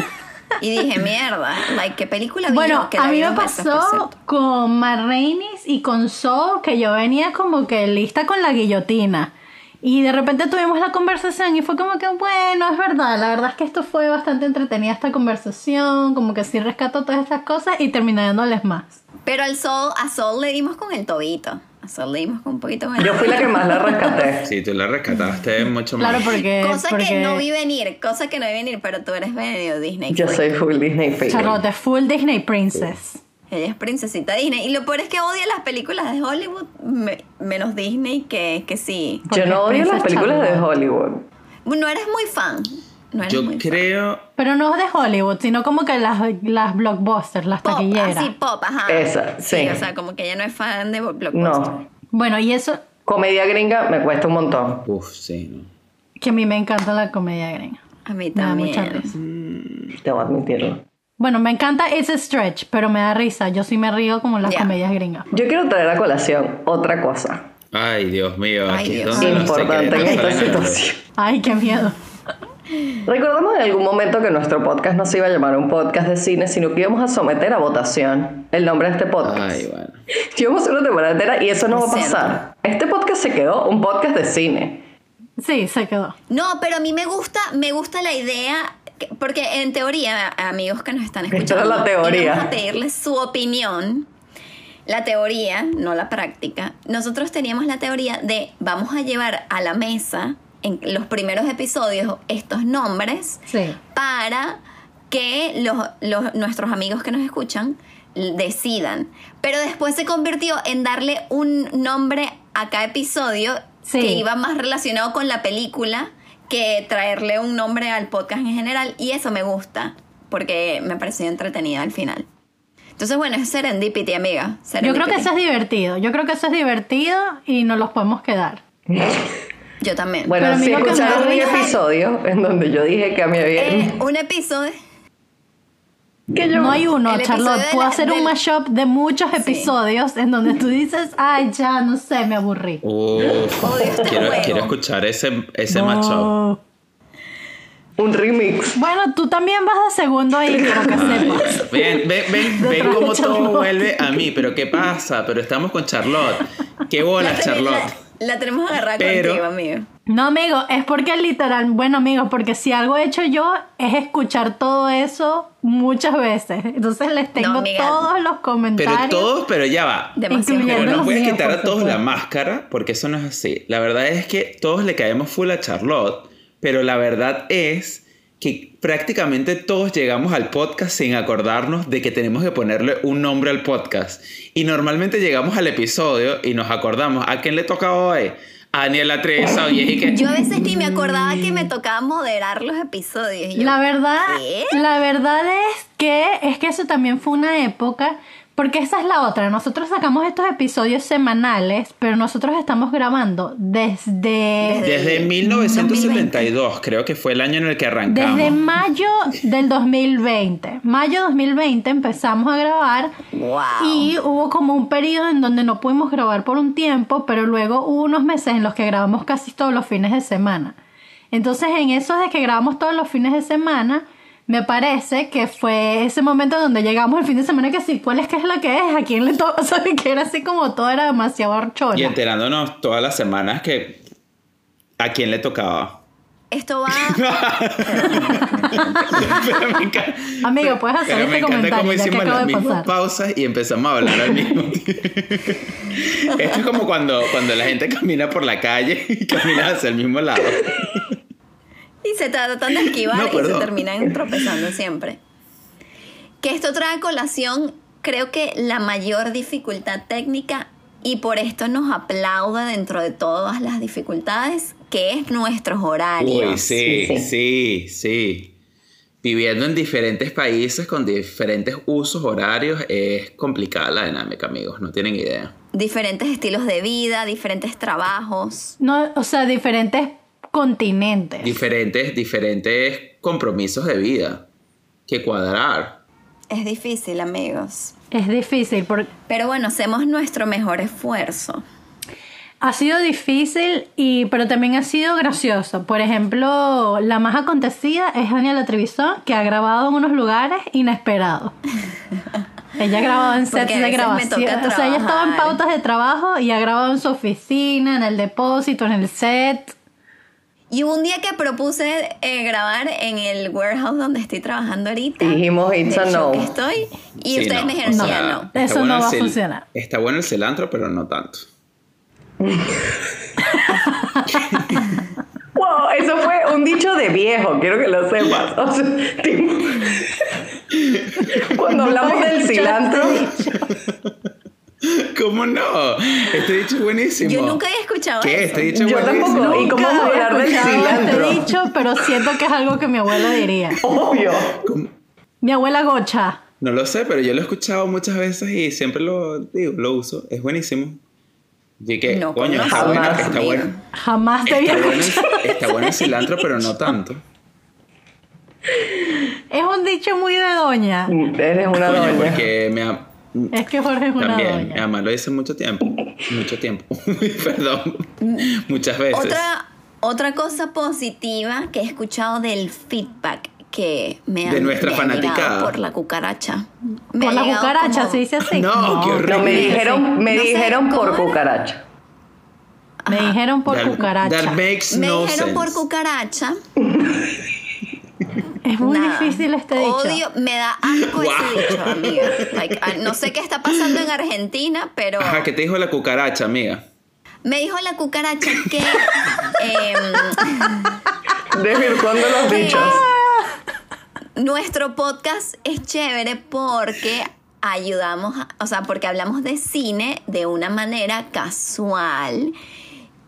[LAUGHS] y dije, mierda, like, ¿qué [LAUGHS] película vi Bueno, yo? Que la a vi mí me dos veces, por pasó cierto. con Marrainis y con Soul que yo venía como que lista con la guillotina. Y de repente tuvimos la conversación y fue como que, bueno, es verdad, la verdad es que esto fue bastante entretenida esta conversación, como que sí rescato todas estas cosas y terminé dándoles más. Pero al Sol, a Sol le dimos con el tobito. A Sol le dimos con un poquito con el Yo fui la que más [LAUGHS] la rescaté. Sí, tú la rescataste mucho más. Claro, porque... Cosa que porque- no vi venir, cosa que no vi venir, pero tú eres medio Disney. pues. Yo freak. soy full Disney fan. Charlotte, full Disney Princess. Ella es princesita Disney. Y lo peor es que odia las películas de Hollywood, me- menos Disney, que, que sí. Porque Yo no odio Princess las películas de Charlotte. Hollywood. No eres muy fan. No eres Yo muy fan. creo. Pero no de Hollywood, sino como que las, las blockbusters, las Pop, ah, taquilleras. así pop, ajá. Esa, sí. O sea, como que ella no es fan de blockbuster. Pues No. Bueno, y eso Comedia gringa me cuesta un montón. Uf, sí, no. que a mí me encanta la comedia gringa. A mí Me da también. Ah, mucha risa. Debo admitirlo. Bueno, me encanta ese stretch, pero me da risa. Yo sí me río como las Ya. comedias gringas. Yo quiero traer a colación otra cosa Ay, Dios mío, Ay, aquí es Dios. donde Ah, no sé qué- importante no en esta sale nada. situación. Ay, qué miedo. Recordamos en algún momento que nuestro podcast no se iba a llamar un podcast de cine, sino que íbamos a someter a votación el nombre de este podcast. [LAUGHS] Ay, bueno. Llevamos una temporada entera y eso no va a Es cierto. pasar. Este podcast se quedó un podcast de cine. Sí, se quedó. No, pero a mí me gusta, me gusta la idea, que- porque en teoría, a- amigos que nos están Esta escuchando, era la teoría. y vamos a pedirles su opinión. La teoría, no la práctica. Nosotros teníamos la teoría de vamos a llevar a la mesa en los primeros episodios estos nombres Sí. para que los, los- nuestros amigos que nos escuchan l- decidan. Pero después se convirtió en darle un nombre a cada episodio Sí. que iba más relacionado con la película que traerle un nombre al podcast en general. Y eso me gusta, porque me pareció entretenida al final. Entonces, bueno, es serendipity, amiga. Yo creo que serendipity. eso es divertido. Yo creo que eso es divertido y nos los podemos quedar. Yo también. Pero Bueno, a mí si lo que me da escucharon un risa- episodio en donde yo dije que a mí había... Eh, un episodio... que yo... No hay uno, El episodio Charlotte. de Puedo la- hacer un del- mashup de muchos episodios en donde tú dices, ay, ya, no sé, me aburrí. Uf, Odio este quiero, juego. quiero escuchar ese, ese No. matchup. Un remix. Bueno, tú también vas de segundo ahí, pero [LAUGHS] que sepas. Ven, ven, ven, Detrás ven de cómo todo Charlotte. vuelve a mí. Pero ¿qué pasa? Pero estamos con Charlotte. ¿Qué La, bola, ten- la- Charlotte? la tenemos agarrada Pero- contigo, amigo. No, amigo, es porque literal, bueno, amigo, porque si algo he hecho yo es escuchar todo eso muchas veces. Entonces les tengo amiga. todos los Pero comentarios. todos, pero ya va. Demasiado. Incluyendo Pero Dios nos voy a mío, quitar por a todos la supuesto. máscara, porque eso no es así. La verdad es que todos le caemos full a Charlotte, pero la verdad es que prácticamente todos llegamos al podcast sin acordarnos de que tenemos que ponerle un nombre al podcast. Y normalmente llegamos al episodio y nos acordamos, ¿a quién le toca hoy? A Daniela Treza, oye, y que... Yo a veces ni me acordaba que me tocaba moderar los episodios. Y yo, La verdad, ¿qué? la verdad es que es que eso también fue una época, porque esa es la otra. Nosotros sacamos estos episodios semanales, pero nosotros estamos grabando desde Desde 1972, creo que fue el año en el que arrancamos. desde mayo del 2020. Mayo 2020 empezamos a grabar Wow. y hubo como un periodo en donde no pudimos grabar por un tiempo, pero luego hubo unos meses en los que grabamos casi todos los fines de semana. Entonces, en esos de que grabamos todos los fines de semana, me parece que fue ese momento donde llegamos el fin de semana que sí, ¿cuál es que es la que es? ¿A quién le toca? [LAUGHS] O sea, que era así como todo era demasiado archona. Y enterándonos todas las semanas que... ¿A quién le tocaba? [LAUGHS] Esto va. Pero me encanta- [LAUGHS] Amigo, puedes hacer Pero este me comentario encanta cómo ya que hicimos acabo las de mismas pasar. pausas y empezamos a hablar al mismo [LAUGHS] tiempo. Esto es como cuando, cuando la gente camina por la calle y [LAUGHS] camina hacia el mismo lado. Y se tratan de esquivar No, y se perdón. terminan tropezando siempre. Que esto trae a colación, creo que la mayor dificultad técnica, y por esto nos aplauda dentro de todas las dificultades, que es nuestros horarios. Uy, sí, Sí, sí, sí. Viviendo en diferentes países con diferentes usos horarios es complicada la dinámica, amigos. No tienen idea. Diferentes estilos de vida, diferentes trabajos. No, o sea, diferentes continentes. Diferentes, diferentes compromisos de vida que cuadrar. Es difícil, amigos. es difícil porque Pero bueno, hacemos nuestro mejor esfuerzo. Ha sido difícil, y, pero también ha sido gracioso. Por ejemplo, la más acontecida es Daniela Trevisan, que ha grabado en unos lugares [LAUGHS] inesperados. Ella ha grabado en Porque sets a de veces me grabación. toca O sea, ella estaba en trabajar. pautas de trabajo y ha grabado en su oficina, en el depósito, en el set. Y hubo un día que propuse eh, grabar en el warehouse donde estoy trabajando ahorita. Dijimos, "It's a del show no". que estoy. Y Sí, ustedes no, me dijeron, o "Sí, sea, ya no. está Eso no el va a cel- funcionar. Está bueno el cilantro, pero no tanto. [LAUGHS] Wow, eso fue un dicho de viejo, quiero que lo sepas. O sea, tipo, [LAUGHS] Cuando hablamos del cilantro, ¿Cómo no? Este dicho es buenísimo. Yo nunca había escuchado ¿Qué? eso. Este dicho es Yo buenísimo. tampoco. ¿Y cómo vamos a Nunca había hablar del escuchado este cilantro? dicho, pero siento que es algo que mi abuela diría. obvio. Mi abuela gocha. No lo sé, pero yo lo he escuchado muchas veces y siempre lo digo, lo uso. Es buenísimo. Y que, No, coño, con está razón, bueno, Dios está mío. bueno. Jamás te había Está bueno, escuchado. el- está bueno el cilantro, pero no tanto. Es un dicho muy de doña. Eres una Coño, doña. porque me am- Es que Jorge es una También, mi doña. mamá lo dice mucho tiempo. Mucho tiempo. [LAUGHS] Perdón. Muchas veces. Otra, otra cosa positiva que he escuchado del feedback que me han De nuestra me ha llegado fanaticada. por la cucaracha. Me Por ha la llegado cucaracha, como- se dice así. No, qué horrible. No, me Sí, sí. dijeron, me No sé, dijeron por ¿cómo era? cucaracha. Me dijeron por That- cucaracha. That makes Me no dijeron sense. por cucaracha. es muy Nada. difícil este dicho. Odio, me da asco Wow. ese dicho, amiga. Like, ah, no sé qué está pasando en Argentina, pero Ajá, ¿qué te dijo la cucaracha, amiga? me dijo la cucaracha que [LAUGHS] em, Desvirtuando los que dichos. nuestro podcast es chévere porque ayudamos, a- o sea, porque hablamos de cine de una manera casual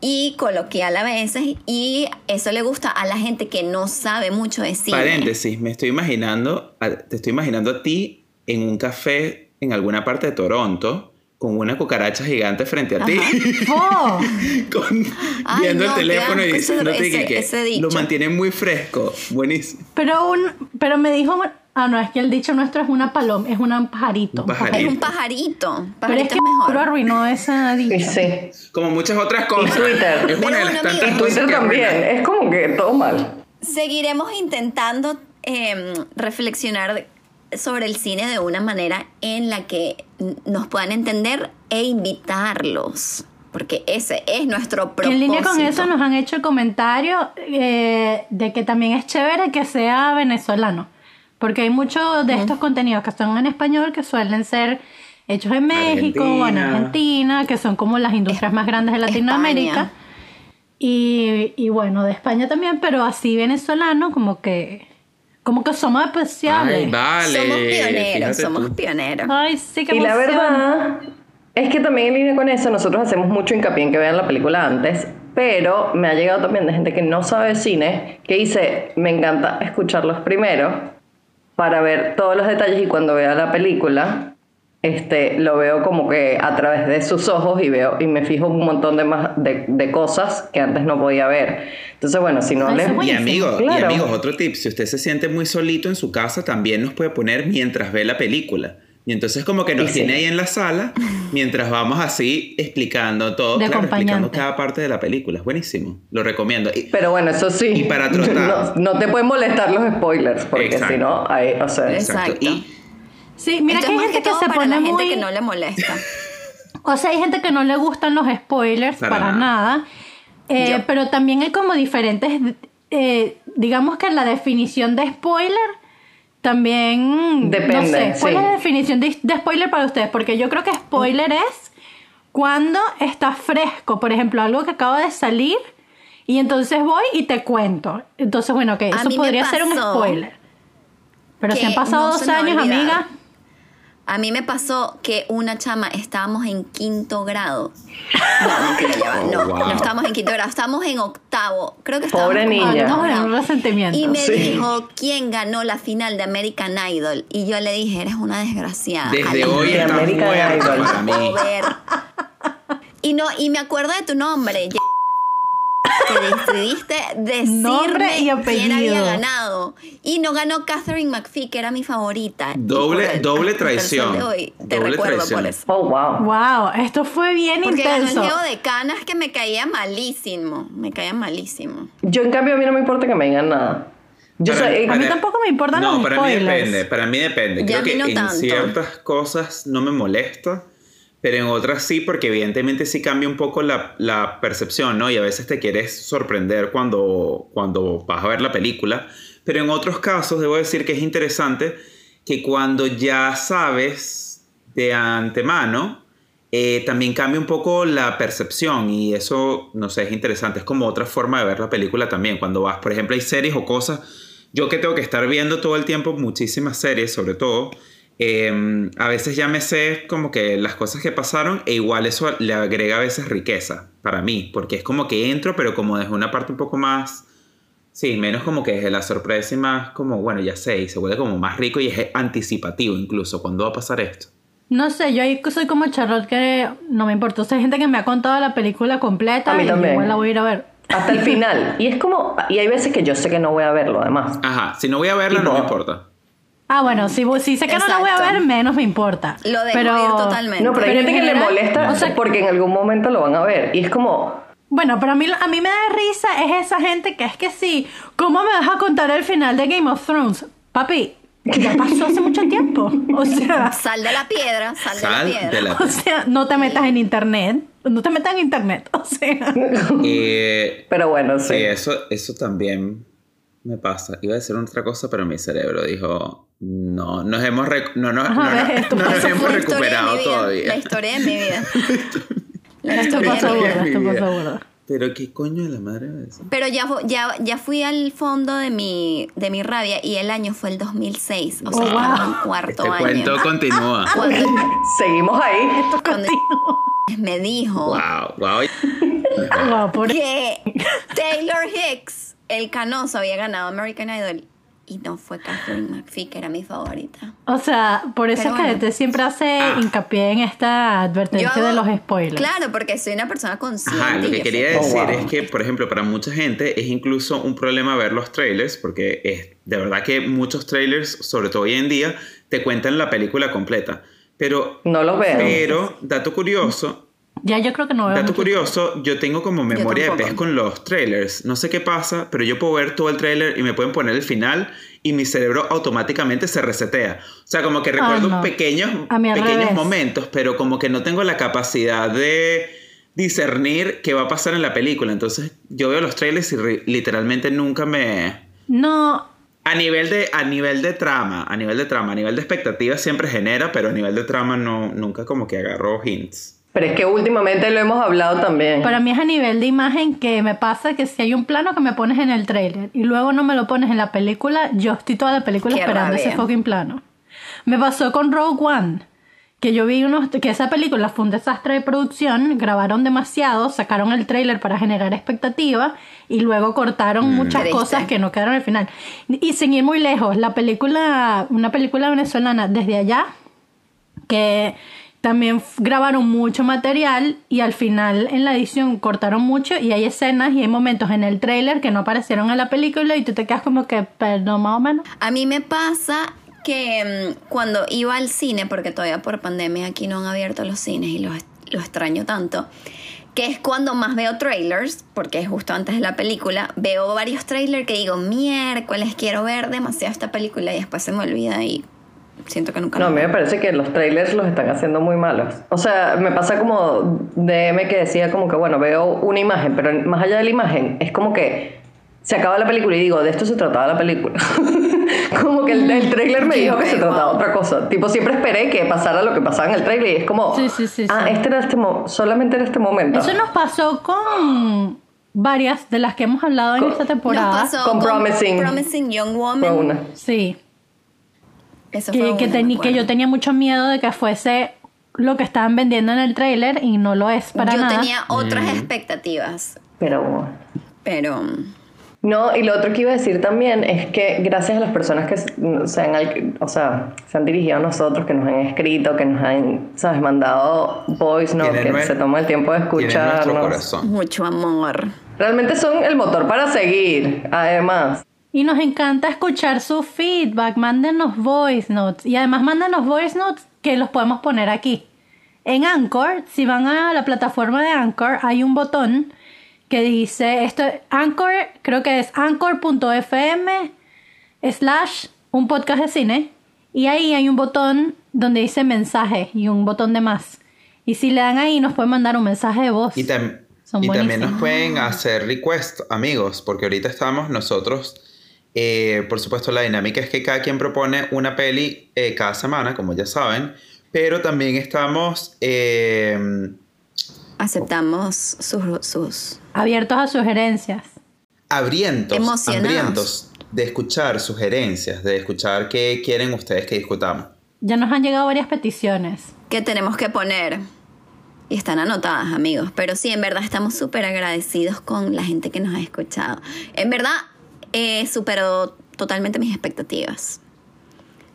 y coloquial a veces y eso le gusta a la gente que no sabe mucho de cine. Paréntesis, me estoy imaginando, a- te estoy imaginando a ti en un café en alguna parte de Toronto con una cucaracha gigante frente a ti, [LAUGHS] Oh, [LAUGHS] con- Ay, viendo no, el qué teléfono y asco, ese- diciéndote que, ese- que ese dicho. lo mantiene muy fresco, buenísimo. pero un, pero me dijo, ah no, es que el dicho nuestro es una paloma, es un pajarito. Un pajarito. Es un pajarito, Pero pajarito es que mejor. Arturo arruinó esa Y dicho. sí. Como muchas otras cosas. Twitter. Es una de Pero bueno, las tantas amiga. Y cosas Twitter que también. arruinan. Es como que todo mal. Seguiremos intentando eh, reflexionar sobre el cine de una manera en la que n- nos puedan entender e invitarlos, porque ese es nuestro Y propósito. en línea con eso nos han hecho el comentario eh, de que también es chévere que sea venezolano. Porque hay muchos de estos contenidos que son en español que suelen ser hechos en México o en Argentina. Argentina, que son como las industrias más grandes de Latinoamérica. España. Y, y bueno, de España también, pero así venezolano, como que, como que somos especiales. Ay, vale. somos pioneros, fíjate somos tú. pioneros. Ay, sí que Y la emoción. verdad es que también en línea con eso, nosotros hacemos mucho hincapié en que vean la película antes, pero me ha llegado también de gente que no sabe de cine, que dice, me encanta escucharlos primero para ver todos los detalles y cuando vea la película, este, lo veo como que a través de sus ojos y veo y me fijo un montón de, más, de, de cosas que antes no podía ver. Entonces, bueno, si no Ay, les... eso es Y buenísimo. amigos, y Claro. amigos, otro tip, si usted se siente muy solito en su casa, también nos puede poner mientras ve la película. Y entonces como que nos Y sí. tiene ahí en la sala mientras vamos así explicando todo, De claro, explicando acompañante. cada parte de la película. Es buenísimo, lo recomiendo. Y- Pero bueno, eso sí. Y para trotar. [LAUGHS] No, no te pueden molestar los spoilers, porque Exacto. si no, ahí, o sea, Es- Exacto. Y Sí, mira Esto que hay es más gente que, todo se para pone la gente muy... que no le molesta. O sea, hay gente que no le gustan los spoilers Para para, nada. nada. Eh, Yo. pero también hay como diferentes, eh, digamos que la definición de spoiler también... No Depende, sé, ¿cuál sí. es la definición de, de spoiler para ustedes? Porque yo creo que spoiler es cuando está fresco, por ejemplo, algo que acaba de salir y entonces voy y te cuento. Entonces, bueno, que A eso mí me podría ser un pasó spoiler. Pero si que han pasado no se dos me va años, a olvidar. amiga, A mí me pasó que una chama, estábamos en quinto grado. No, mentira, ya va. Oh, No, wow. no estábamos en quinto grado, estábamos en octavo. Creo que estábamos Pobre como en niña. octavo hablamos de grado. ah, un resentimiento. Y me Sí. dijo quién ganó la final de American Idol. Y yo le dije, eres una desgraciada. desde Alejandra hoy de está American muerta Idol. para mí. Over. Y no, y me acuerdo de tu nombre. ya- Te decidiste Nombre decirme y quién había apellido. ganado. Y no ganó Catherine McPhee, que era mi favorita. Y Doble- por el- doble hasta el sol traición. de hoy te Doble recuerdo traición. por eso. Oh, wow. Wow, esto fue bien Porque ganó el intenso. Diego de Canas que me caía malísimo. Me caía malísimo. Yo, en cambio, a mí no me importa que me digan nada. Yo Para- soy, eh, A mí para- tampoco me importan no, los para spoilers. mí depende, para mí depende. Ya Creo a mí que no en tanto. ciertas cosas no me molesta, pero en otras sí, porque evidentemente sí cambia un poco la, la percepción, ¿no? Y a veces te quieres sorprender cuando, cuando vas a ver la película. Pero en otros casos, debo decir que es interesante que cuando ya sabes de antemano, eh, también cambia un poco la percepción y eso, no sé, es interesante. Es como otra forma de ver la película también. Cuando vas, por ejemplo, hay series o cosas Yo que tengo que estar viendo todo el tiempo muchísimas series, sobre todo, eh, a veces ya me sé como que las cosas que pasaron e igual eso le agrega a veces riqueza para mí, porque es como que entro, pero como desde una parte un poco más, sí, menos como que desde la sorpresa y más como, bueno, ya sé, y se vuelve como más rico y es anticipativo incluso, ¿cuándo va a pasar esto? No sé, yo ahí soy como Charlotte que no me importa. O sea, hay gente que me ha contado la película completa A mí y también. igual la voy a ir a ver. Hasta el final. Y es como, y hay veces que yo sé que no voy a verlo, además. Ajá, si no voy a verla no me Tipo- importa. Ah, bueno, si, vo- si sé que no la voy a Exacto. ver, menos me importa. Lo dejo pero, ir totalmente. No, pero hay Pero en gente que le general, molesta o sea- porque en algún momento lo van a ver. Y es como, Bueno, pero a mí, a mí me da risa es esa gente que es que sí. ¿Cómo me vas a contar el final de Game of Thrones? Papi, ya pasó hace mucho tiempo. O sea, Sal de la piedra, sal, Sal de la piedra. de la- o sea, no te metas en internet. No te metas en internet. O sea. Eh, pero bueno, sí, sí. eso, eso también me pasa. Iba a decir otra cosa, pero mi cerebro dijo, no, nos hemos, recu- no, no, no, Ajá, no, esto no nos pasó, hemos Fue la historia de mi recuperado vida, La [LAUGHS] todavía. historia de mi vida. La Esto historia pasó de mi vida. burda, esto Mi vida. pasó burda. Pero qué coño de la madre es eso. Pero ya, fu- ya, ya fui al fondo de mi, de mi rabia y el año fue el 2006. O sea, Oh, wow. estaba en cuarto Este año. [LAUGHS] Ah, cuento continúa. [LAUGHS] Cuando, [LAUGHS] Seguimos ahí. cuando me dijo Wow, wow. Guau, pobre- que Taylor Hicks, el canoso, había ganado American Idol y no fue Catherine McPhee, que era mi favorita. O sea, por eso Pero es que bueno. te siempre hace Ah. hincapié en esta advertencia Yo de hago- los spoilers. Claro, porque soy una persona consciente. Ajá, lo y que yo quería sé- Oh, decir wow. es que, por ejemplo, para mucha gente es incluso un problema ver los trailers, porque es de verdad que muchos trailers, sobre todo hoy en día, te cuentan la película completa. Pero, No los veo. pero dato curioso, Ya yo creo que no veo dato mucho. curioso, yo tengo como memoria de tampoco. pez con los trailers. No sé qué pasa, pero yo puedo ver todo el trailer y me pueden poner el final y mi cerebro automáticamente se resetea. O sea, como que recuerdo no. pequeños, A mí al pequeños revés. momentos, pero como que no tengo la capacidad de discernir qué va a pasar en la película. Entonces, yo veo los trailers y ri- literalmente nunca me No, a nivel de a nivel de trama, a nivel de trama, a nivel de expectativa siempre genera, pero a nivel de trama no nunca como que agarro hints. Pero es que últimamente lo hemos hablado también. para mí es a nivel de imagen que me pasa que si hay un plano que me pones en el trailer y luego no me lo pones en la película, yo estoy toda la película Qué esperando ese rabia. fucking plano. Me pasó con Rogue One, que yo vi unos, que esa película fue un desastre de producción, grabaron demasiado, sacaron el trailer para generar expectativa y luego cortaron muchas Triste. cosas que no quedaron al final. Y sin ir muy lejos, la película, una película venezolana desde allá, que también f- grabaron mucho material y al final en la edición cortaron mucho y hay escenas y hay momentos en el trailer que no aparecieron en la película y tú te quedas como que, perdón, más o menos. A mí me pasa que mm, cuando iba al cine, porque todavía por pandemia aquí no han abierto los cines y los, lo extraño tanto, que es cuando más veo trailers, porque es justo antes de la película, veo varios trailers que digo, miércoles quiero ver demasiado esta película y después se me olvida y siento que nunca No, a la mí me parece que los trailers los están haciendo muy malos. O sea, me pasa como DM que decía como que, bueno, veo una imagen, pero más allá de la imagen, es como que se acaba la película y digo, de esto se trataba la película. [LAUGHS] como que el, el trailer me Sí, dijo que se ok, trataba wow. otra cosa. Tipo, siempre esperé que pasara lo que pasaba en el trailer y es como, Sí, sí, sí, ah, sí. este era este mo- solamente era este momento. Ah. Eso nos pasó con varias de las que hemos hablado en Con- esta Nos temporada. pasó Con Promising. Promising Young Woman. fue una. Sí, Eso fue que, que, una, teni- me que yo acuerdo. tenía mucho miedo de que fuese lo que estaban vendiendo en el trailer y no lo es para Yo nada. tenía otras expectativas, Pero bueno. pero mm, No, y lo otro que iba a decir también es que gracias a las personas que se se han, al- o sea, se han dirigido a nosotros, que nos han escrito, que nos han, ¿sabes?, mandado voice notes, Tienen que nue- se toma el tiempo de Tiene nuestro escucharnos. corazón. mucho amor. Realmente son el motor para seguir, además. Y nos encanta escuchar su feedback. Mándenos voice notes. Y además mándenos voice notes que los podemos poner aquí. En Anchor, si van a la plataforma de Anchor, hay un botón que dice esto Anchor, creo que es anchor.fm slash un podcast de cine. Y ahí hay un botón donde dice mensaje y un botón de más. Y si le dan ahí nos pueden mandar un mensaje de voz. Y, tam- Son y también buenísimos. nos pueden hacer request, amigos, porque ahorita estamos nosotros. eh, por supuesto, la dinámica es que cada quien propone una peli eh, cada semana, como ya saben, pero también estamos eh, Aceptamos sus, sus Abiertos a sugerencias. abrientos, Emocionados. hambrientos de escuchar sugerencias, de escuchar qué quieren ustedes que discutamos. Ya nos han llegado varias peticiones. ¿Qué tenemos que poner? Y están anotadas, amigos. Pero sí, en verdad estamos súper agradecidos con la gente que nos ha escuchado. En verdad, eh, superó totalmente mis expectativas.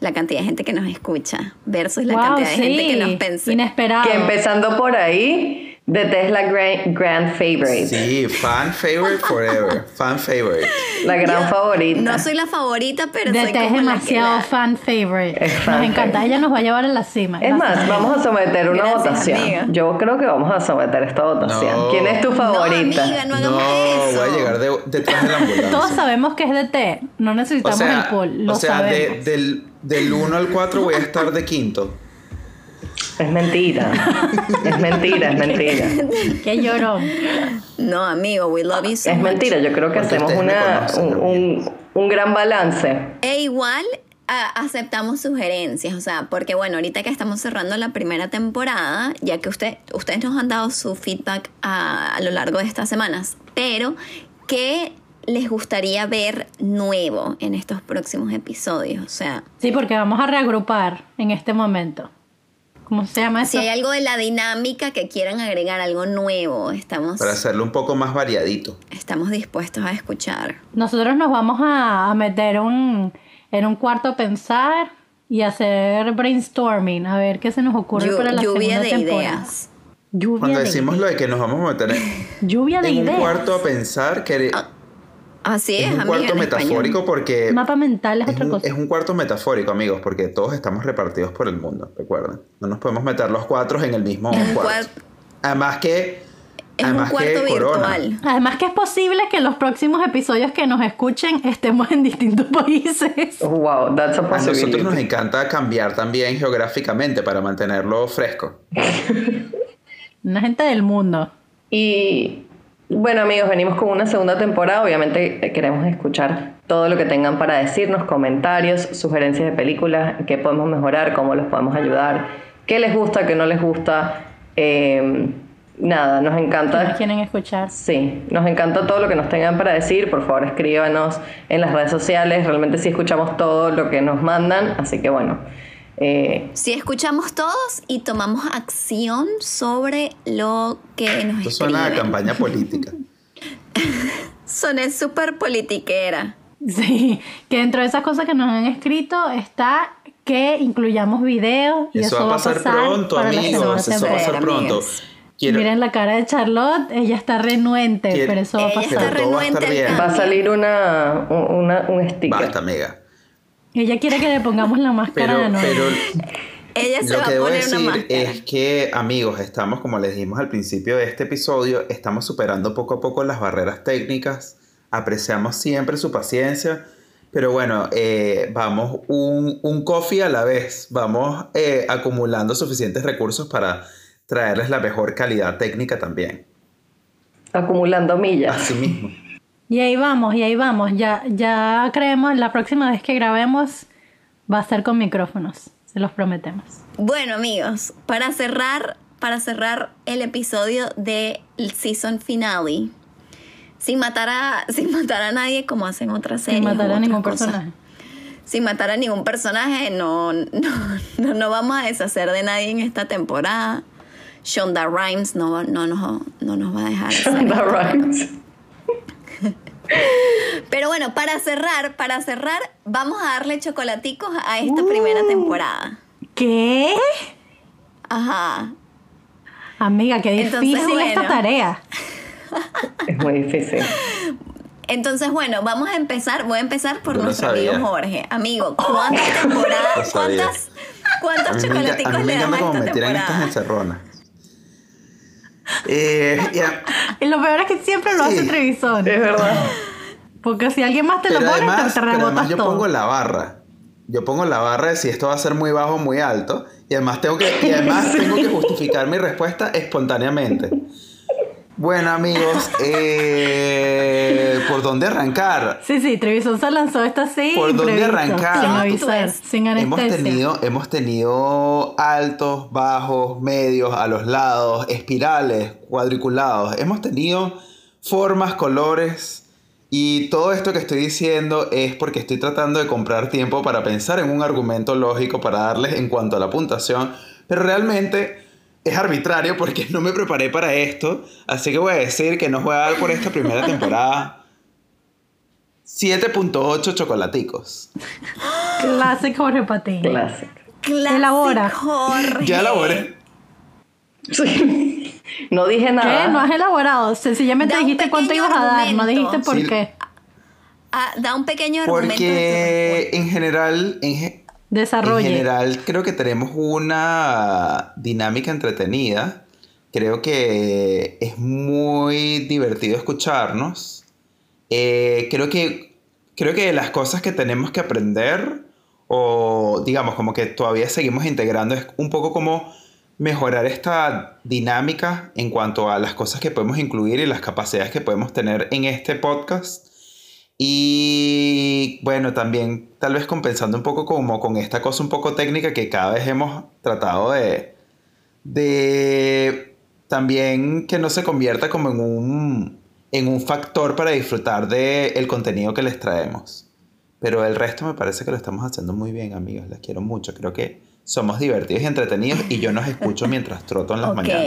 La cantidad de gente que nos escucha versus la Wow, cantidad de gente sí, que nos pensó. Inesperado. Ah. Que empezando por ahí, de Tesla Grand, grand Favorite. Sí, fan favorite forever. Fan favorite. La gran favorita. No soy la favorita, pero De soy Tess es como la que demasiado la- fan favorite. Es fan nos encanta. Ella nos va a llevar a la cima. es más, vamos a someter una Gracias, votación. amiga. Yo creo que vamos a someter esta votación. No. ¿Quién es tu favorita? No, amiga, no No, hagamos eso. voy a llegar de- [LAUGHS] detrás de la ambulancia. Todos sabemos que es de T. No o necesitamos sea, el poll. Lo o sea de- sabemos. del, del 1 al 4 voy a estar de quinto. [LAUGHS] Es mentira. es mentira, es mentira. Qué llorón. No, amigo, we love you so Es much. mentira. Yo creo que Porque hacemos ustedes me una, conocen, un, ¿no? un- un gran balance. E igual a- aceptamos sugerencias, o sea, porque bueno, ahorita que estamos cerrando la primera temporada, ya que usted, ustedes nos han dado su feedback a, a lo largo de estas semanas, pero ¿qué les gustaría ver nuevo en estos próximos episodios? O sea, Sí, porque vamos a reagrupar en este momento. ¿Cómo se llama eso? si hay algo de la dinámica que quieran agregar, algo nuevo, estamos, Para hacerlo un poco más variadito. estamos dispuestos a escuchar. Nosotros nos vamos a, a meter un, en un cuarto a pensar y hacer brainstorming, a ver qué se nos ocurre Llu- para la lluvia segunda de temporada. ideas. Lluvia Cuando de decimos ideas. lo de que nos vamos a meter en, Lluvia de en un ideas. cuarto a pensar, que Así es, es un amiga, cuarto en español. metafórico porque Mapa mental es, es otra un, cosa. es un cuarto metafórico, amigos, porque todos estamos repartidos por el mundo, recuerden. No nos podemos meter los cuatro en el mismo Es un cuarto. cuar- Además que... Es un además cuarto que corona. virtual. Además que es posible que en los próximos episodios que nos escuchen estemos en distintos [LAUGHS] países. Wow, that's a A Ah, nosotros nos possibility. encanta cambiar también geográficamente para mantenerlo fresco. Una gente del mundo. Y bueno, amigos, venimos con una segunda temporada. Obviamente eh, queremos escuchar todo lo que tengan para decirnos, comentarios, sugerencias de películas, qué podemos mejorar, cómo los podemos ayudar, qué les gusta, qué no les gusta. Eh, nada, nos Si nos encanta. quieren escuchar. Sí, nos encanta todo lo que nos tengan para decir. Por favor, escríbanos en las redes sociales. Realmente sí escuchamos todo lo que nos mandan. Así que bueno, eh, Si escuchamos todos y tomamos acción sobre lo que nos Esto suena a escriben. campaña política. Soné súper politiquera. Sí, que dentro de esas cosas que nos han escrito está que incluyamos videos y Eso, va a pasar, pronto, para la segunda amigos. Eso va a temporada. pasar temporada, pronto. amigos. Quiero- Miren la cara de Charlotte, ella está renuente, Quiero- pero eso va a Ella pasar. está Pero todo va a renuente estar bien. al va a cambio. salir una, un- una- un sticker. Basta, amiga. Ella quiere que le pongamos la máscara Pero, de nuevo. [LAUGHS] pero Ella se lo va que a debo poner una decir máscara. es que, amigos, estamos, como les dijimos al principio de este episodio, estamos superando poco a poco las barreras técnicas. Apreciamos siempre su paciencia. Pero bueno, eh, vamos un, un coffee a la vez. Vamos eh, acumulando suficientes recursos para traerles la mejor calidad técnica también. Acumulando millas. Así mismo. Y ahí vamos, y ahí vamos. Ya, ya creemos, la próxima vez que grabemos va a ser con micrófonos, se los prometemos. Bueno, amigos, para cerrar, para cerrar el episodio del season finale, sin matar a, [LAUGHS] sin matar a nadie como hacen otras series. Sin u matar a otras ningún cosas. personaje. sin matar a ningún personaje, no, no, no, no vamos a deshacer de nadie en esta temporada. Shonda Rhimes no, va- no, nos- no nos va a dejar. hacer [LAUGHS] Shonda esto. Rhimes. Pero bueno, para cerrar, para cerrar, vamos a darle chocolaticos a esta primera temporada. ¿Qué? Ajá. Amiga, qué Entonces, difícil esta bueno. [LAUGHS] tarea. Es muy difícil. Entonces, bueno, vamos a empezar. Voy a empezar por Yo lo nuestro sabía. amigo Jorge. Amigo, [LAUGHS] ¿cuántas Lo temporadas? sabía. ¿Cuántas? ¿Cuántos A mí me enca- chocolaticos a mí me le damos encanta a como esta me tiran estas temporada? [LAUGHS] encerronas. Eh, ya. Y lo peor es que siempre lo hace Sí. Eh, Trevisón. Es verdad. Porque si alguien más te lo pero, pone, además, te, te pero rebotas además yo todo. pongo la barra. Yo pongo la barra de si esto va a ser muy bajo o muy alto. Y además tengo que, y [LAUGHS] además tengo que justificar mi respuesta espontáneamente. Bueno, amigos, eh, ¿por dónde arrancar? Sí, sí, Trevisón se lanzó esta así. ¿Por dónde imprevisto, arrancar? Sin Plot avisar, twist. sin Hemos anestesia. tenido, hemos tenido altos, bajos, medios, a los lados, espirales, cuadriculados. Hemos tenido formas, colores. Y todo esto que estoy diciendo es porque estoy tratando de comprar tiempo para pensar en un argumento lógico para darles en cuanto a la puntuación, pero realmente es arbitrario porque no me preparé para esto, así que voy a decir que no voy a dar por esta primera temporada 7.8 chocolaticos. Clásico Jorge Patiño. Clásico. Classic Elabora. Jorge. Ya elaboré. Sí. No dije nada. ¿Qué? No has elaborado. Sencillamente Da un dijiste cuánto pequeño ibas a dar, no argumento. dijiste por Sí. qué. Ah, da un [LAUGHS] pequeño argumento. de este Porque en general, en, ge- En Desarrolle. general, creo que tenemos una dinámica entretenida. Creo que es muy divertido escucharnos. Eh, creo que creo que de las cosas que tenemos que aprender o digamos como que todavía seguimos integrando es un poco como mejorar esta dinámica en cuanto a las cosas que podemos incluir y las capacidades que podemos tener en este podcast. Y bueno, también tal vez compensando un poco como con esta cosa un poco técnica que cada vez hemos tratado de, de también que no se convierta como en un, en un factor para disfrutar del contenido que les traemos. Pero el resto me parece que lo estamos haciendo muy bien, amigos. Las quiero mucho. Creo que somos divertidos y entretenidos y yo nos escucho mientras troto en las mañanas.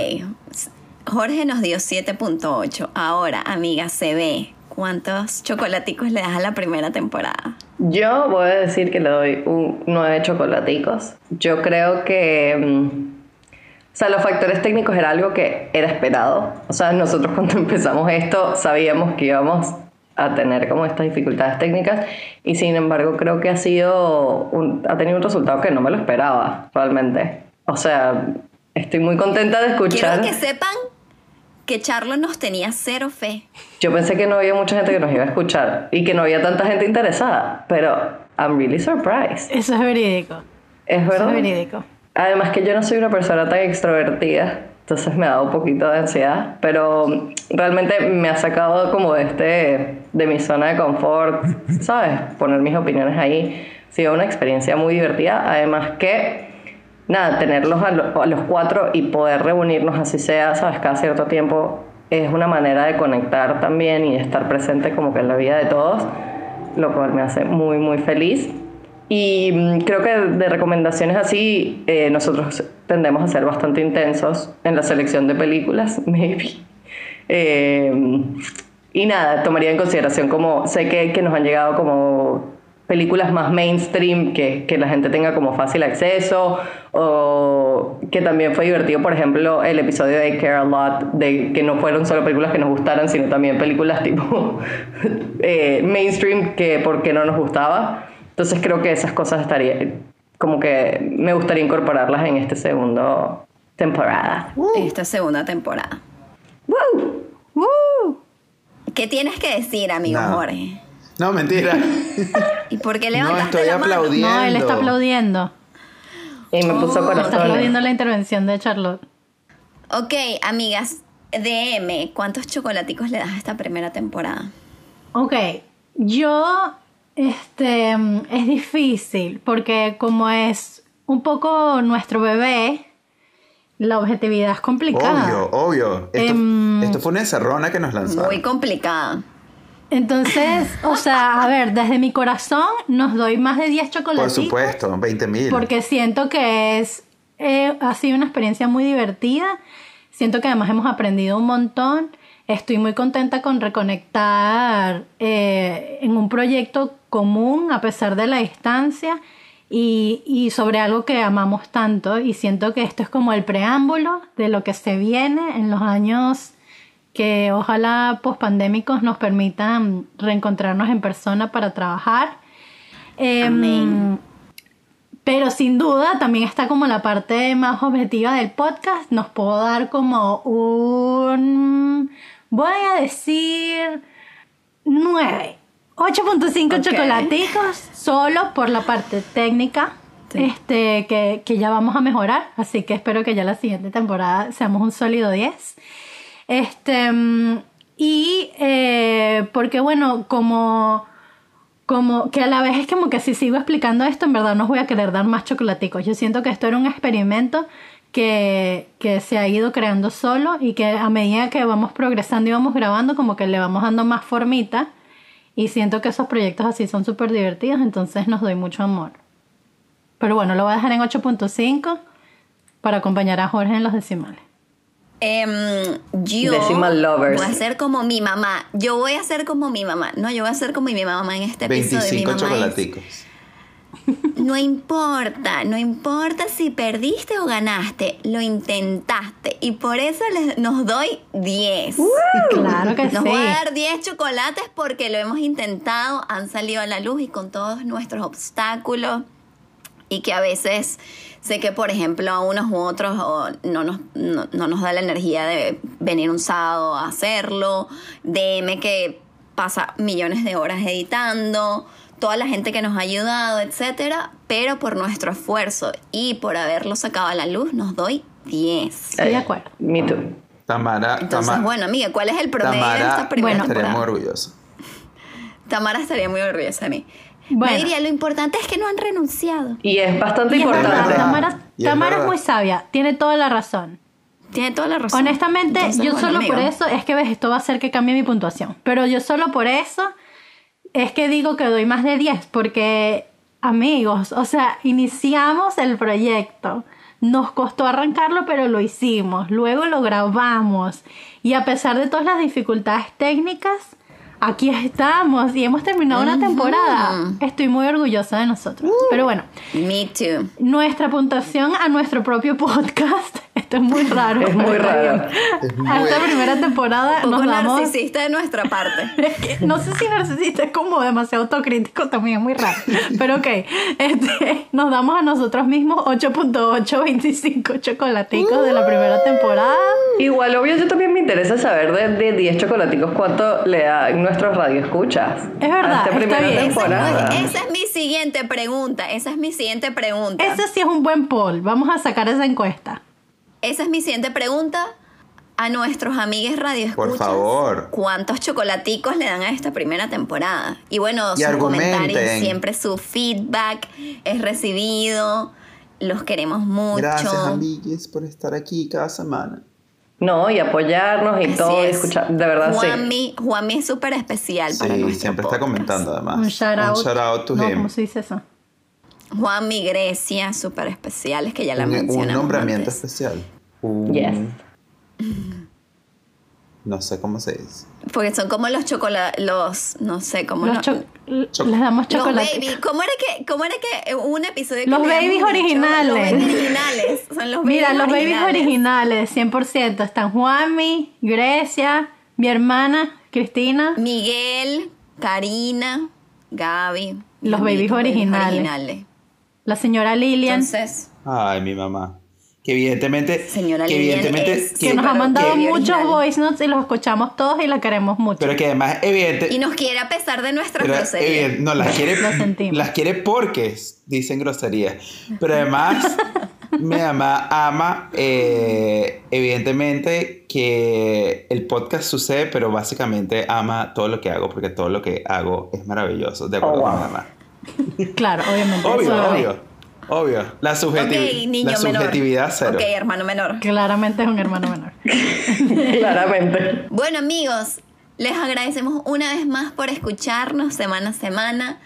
Ok. Jorge nos dio 7.8. Ahora, amiga, se ve. ¿Cuántos chocolaticos le das a la primera temporada? Yo voy a decir que le doy un nueve chocolaticos. Yo creo que. mm, o sea, los factores técnicos era algo que era esperado. O sea, nosotros [LAUGHS] cuando empezamos esto sabíamos que íbamos a tener como estas dificultades técnicas y sin embargo creo que ha sido un- ha tenido un resultado que no me lo esperaba realmente. O sea, estoy muy contenta de escuchar. Quiero que sepan que Charlo nos tenía cero fe. Yo pensé que no había mucha gente que nos iba a escuchar y que no había tanta gente interesada, pero I'm really surprised. Eso es verídico. Es Eso verdad. es verídico. Además que yo no soy una persona tan extrovertida, entonces me ha dado un poquito de ansiedad, pero mm, realmente me ha sacado como de este de mi zona de confort, ¿sabes? Poner mis opiniones ahí. Ha sido una experiencia muy divertida, además que nada, tenerlos a, lo- a los cuatro y poder reunirnos así sea, ¿sabes? Cada cierto tiempo es una manera de conectar también y de estar presente como que en la vida de todos, lo cual me hace muy, muy feliz. Y mm, creo que de recomendaciones así, eh, nosotros tendemos a ser bastante intensos en la selección de películas, [LAUGHS] maybe. Eh, y nada, tomaría en consideración como, sé que, que nos han llegado como películas más mainstream que, que la gente tenga como fácil acceso, o que también fue divertido, por ejemplo, el episodio de Care a Lot, de que no fueron solo películas que nos gustaran, sino también películas [LAUGHS] tipo eh, mainstream que porque no nos gustaba. Entonces creo que esas cosas estaría, como que me gustaría incorporarlas en este segundo temporada. Uh. Esta segunda temporada. ¡Woo! ¿Qué tienes que decir, amigo Nada. Jorge? No, mentira. [LAUGHS] ¿Y por qué No levantaste estoy la mano? aplaudiendo. No, él está aplaudiendo. Y me puso Está corazones. aplaudiendo la intervención de Charlotte. Ok, amigas, DM, ¿cuántos chocolaticos le das a esta primera temporada? Ok, yo, este, mm, es difícil porque como es un poco nuestro bebé, la objetividad es complicada. Obvio, obvio. Esto, Em, esto fue una encerrona que nos lanzaron. Muy complicada. Entonces, o sea, a ver, desde mi corazón nos doy más de 10 Por chocolates. supuesto, 20 mil. Porque siento que es, eh, ha sido una experiencia muy divertida. Siento que además hemos aprendido un montón. Estoy muy contenta con reconectar eh, en un proyecto común a pesar de la distancia y, y sobre algo que amamos tanto. Y siento que esto es como el preámbulo de lo que se viene en los años que ojalá pospandémicos nos permitan reencontrarnos en persona para trabajar. Em, Amén. pero sin duda también está como la parte más objetiva del podcast. Nos puedo dar como un... Voy a decir 9. 8.5 Ok. chocolaticos solo por la parte técnica. Sí. Este, que, que ya vamos a mejorar, así que espero que ya la siguiente temporada seamos un sólido 10. Este, mm, y eh, porque bueno, como, como que a la vez es como que si sigo explicando esto, en verdad no os voy a querer dar más chocolaticos. Yo siento que esto era un experimento que, que se ha ido creando solo y que a medida que vamos progresando y vamos grabando, como que le vamos dando más formita. Y siento que esos proyectos así son súper divertidos, entonces nos doy mucho amor. Pero bueno, lo voy a dejar en 8.5 para acompañar a Jorge en los decimales. Em, yo Decimal lovers. voy a ser como mi mamá. Yo voy a ser como mi mamá. No, yo voy a ser como mi mamá en este episodio. Mi 25 mamá es, chocolaticos. no importa, no importa si perdiste o ganaste, lo intentaste. Y por eso les- nos doy 10. Claro que Nos voy a sí. dar 10 chocolates porque lo hemos intentado, han salido a la luz y con todos nuestros obstáculos y que a veces sé que por ejemplo a unos u otros o, no, nos, no, no nos da la energía de venir un sábado a hacerlo, DM que pasa millones de horas editando, toda la gente que nos ha ayudado, etcétera, pero por nuestro esfuerzo y por haberlo sacado a la luz nos doy 10. Estoy de acuerdo. Me too. Tamara, Entonces, Tama- bueno, amiga, ¿cuál es el promedio de Tamara esta primera Bueno, estaría temporada? muy orgullosa. Tamara estaría muy orgullosa de mí. Bueno. Me diría, lo importante es que no han renunciado. Y es bastante Y es verdad, importante. verdad. Tamara, Y es Tamara es verdad. muy sabia, tiene toda la razón. Tiene toda la razón. Honestamente, Entonces, yo bueno, solo por amigo, eso, es que ves, esto va a hacer que cambie mi puntuación. Pero yo solo por eso es que digo que doy más de 10, porque amigos, o sea, iniciamos el proyecto. Nos costó arrancarlo, pero lo hicimos. Luego lo grabamos. Y a pesar de todas las dificultades técnicas, aquí estamos y hemos terminado una temporada. Estoy muy orgullosa de Uh. nosotros. Pero bueno, Me too. nuestra puntuación a nuestro propio podcast. [LAUGHS] Esto es muy raro. Es pero muy está [LAUGHS] raro. bien. A esta primera temporada Un poco nos damos. narcisista de nuestra parte. [LAUGHS] Es que no sé si narcisista es como demasiado autocrítico, también es muy raro. Pero ok, este, nos damos a nosotros mismos 8.825 chocolaticos de la primera temporada. Igual, obvio, yo también me interesa saber de de 10 chocolaticos cuánto le dan nuestros radioescuchas. Es verdad, a está esta primera bien. Ah. temporada. Esa es mi siguiente pregunta. Esa es mi siguiente pregunta. Ese sí es un buen poll. Vamos a sacar esa encuesta. Esa es mi siguiente pregunta a nuestros amigues radio Por favor. ¿Cuántos chocolaticos le dan a esta primera temporada? Y bueno, Y sus argumenten. comentarios, siempre su feedback es recibido. Los queremos mucho. Gracias, amigues, por estar aquí cada semana. No, y apoyarnos y Así todo, y es. escuchar, de verdad, sí. Juanmi, Juanmi es súper especial para Sí, nuestro siempre está podcast. comentando además. Un shout out. to no, him. ¿Cómo se dice eso? Juanmi Grecia, súper especial, es que ya la Un- un, mencionamos nombramiento antes. especial. Un- Yes. No sé cómo se dice. Porque son como los chocolates, los, no sé, como Los no- cho- Choc- les damos Los chocolate. baby, ¿cómo era que, cómo era que eh, un episodio que Los le babies habíamos dicho? originales. Los babies originales, son los Mira, los babies originales. originales, 100%. Están Juanmi, Grecia, mi hermana, Cristina. Miguel, Karina, Gaby. Los amiguitos babies originales. originales. La señora Lilian. Entonces, Ay, mi mamá. Que evidentemente. Señora que Lilian evidentemente. es que que- nos ha pero mandado qué muchos original. voice notes y los escuchamos todos y la queremos mucho. pero que además, evidente. [LAUGHS] y nos quiere a pesar de nuestras pero groserías. evidente- no, las quiere. Lo sentimos. Las quiere porque s- dicen groserías. Pero además, mi mamá ama, eh, evidentemente, que el podcast sucede, pero básicamente ama todo lo que hago, porque todo lo que hago es maravilloso, de acuerdo Oh, con wow. mi mamá. Claro, obviamente. Obvio, eso es- obvio. Obvio. La, subjetivi- ok, niño la menor. subjetividad cero. Ok, hermano menor. Claramente es un hermano menor. Claramente. Bueno amigos, les agradecemos una vez más por escucharnos semana a semana.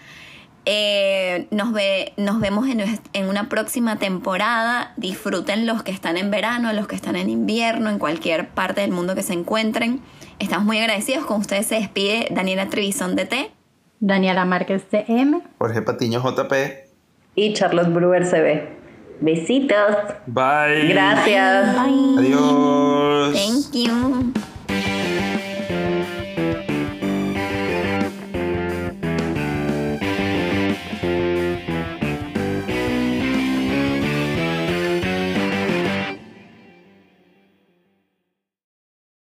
Eh, nos, ve- nos vemos en, nues- en una próxima temporada. Disfruten los que están en verano, los que están en invierno, en cualquier parte del mundo que se encuentren. Estamos muy agradecidos. Con ustedes se despide Daniela Trivison de T. Daniela Márquez de M. Jorge Patiño JP. Y Charlotte Brewer se ve. Besitos. Bye. Gracias. Adiós. Thank you.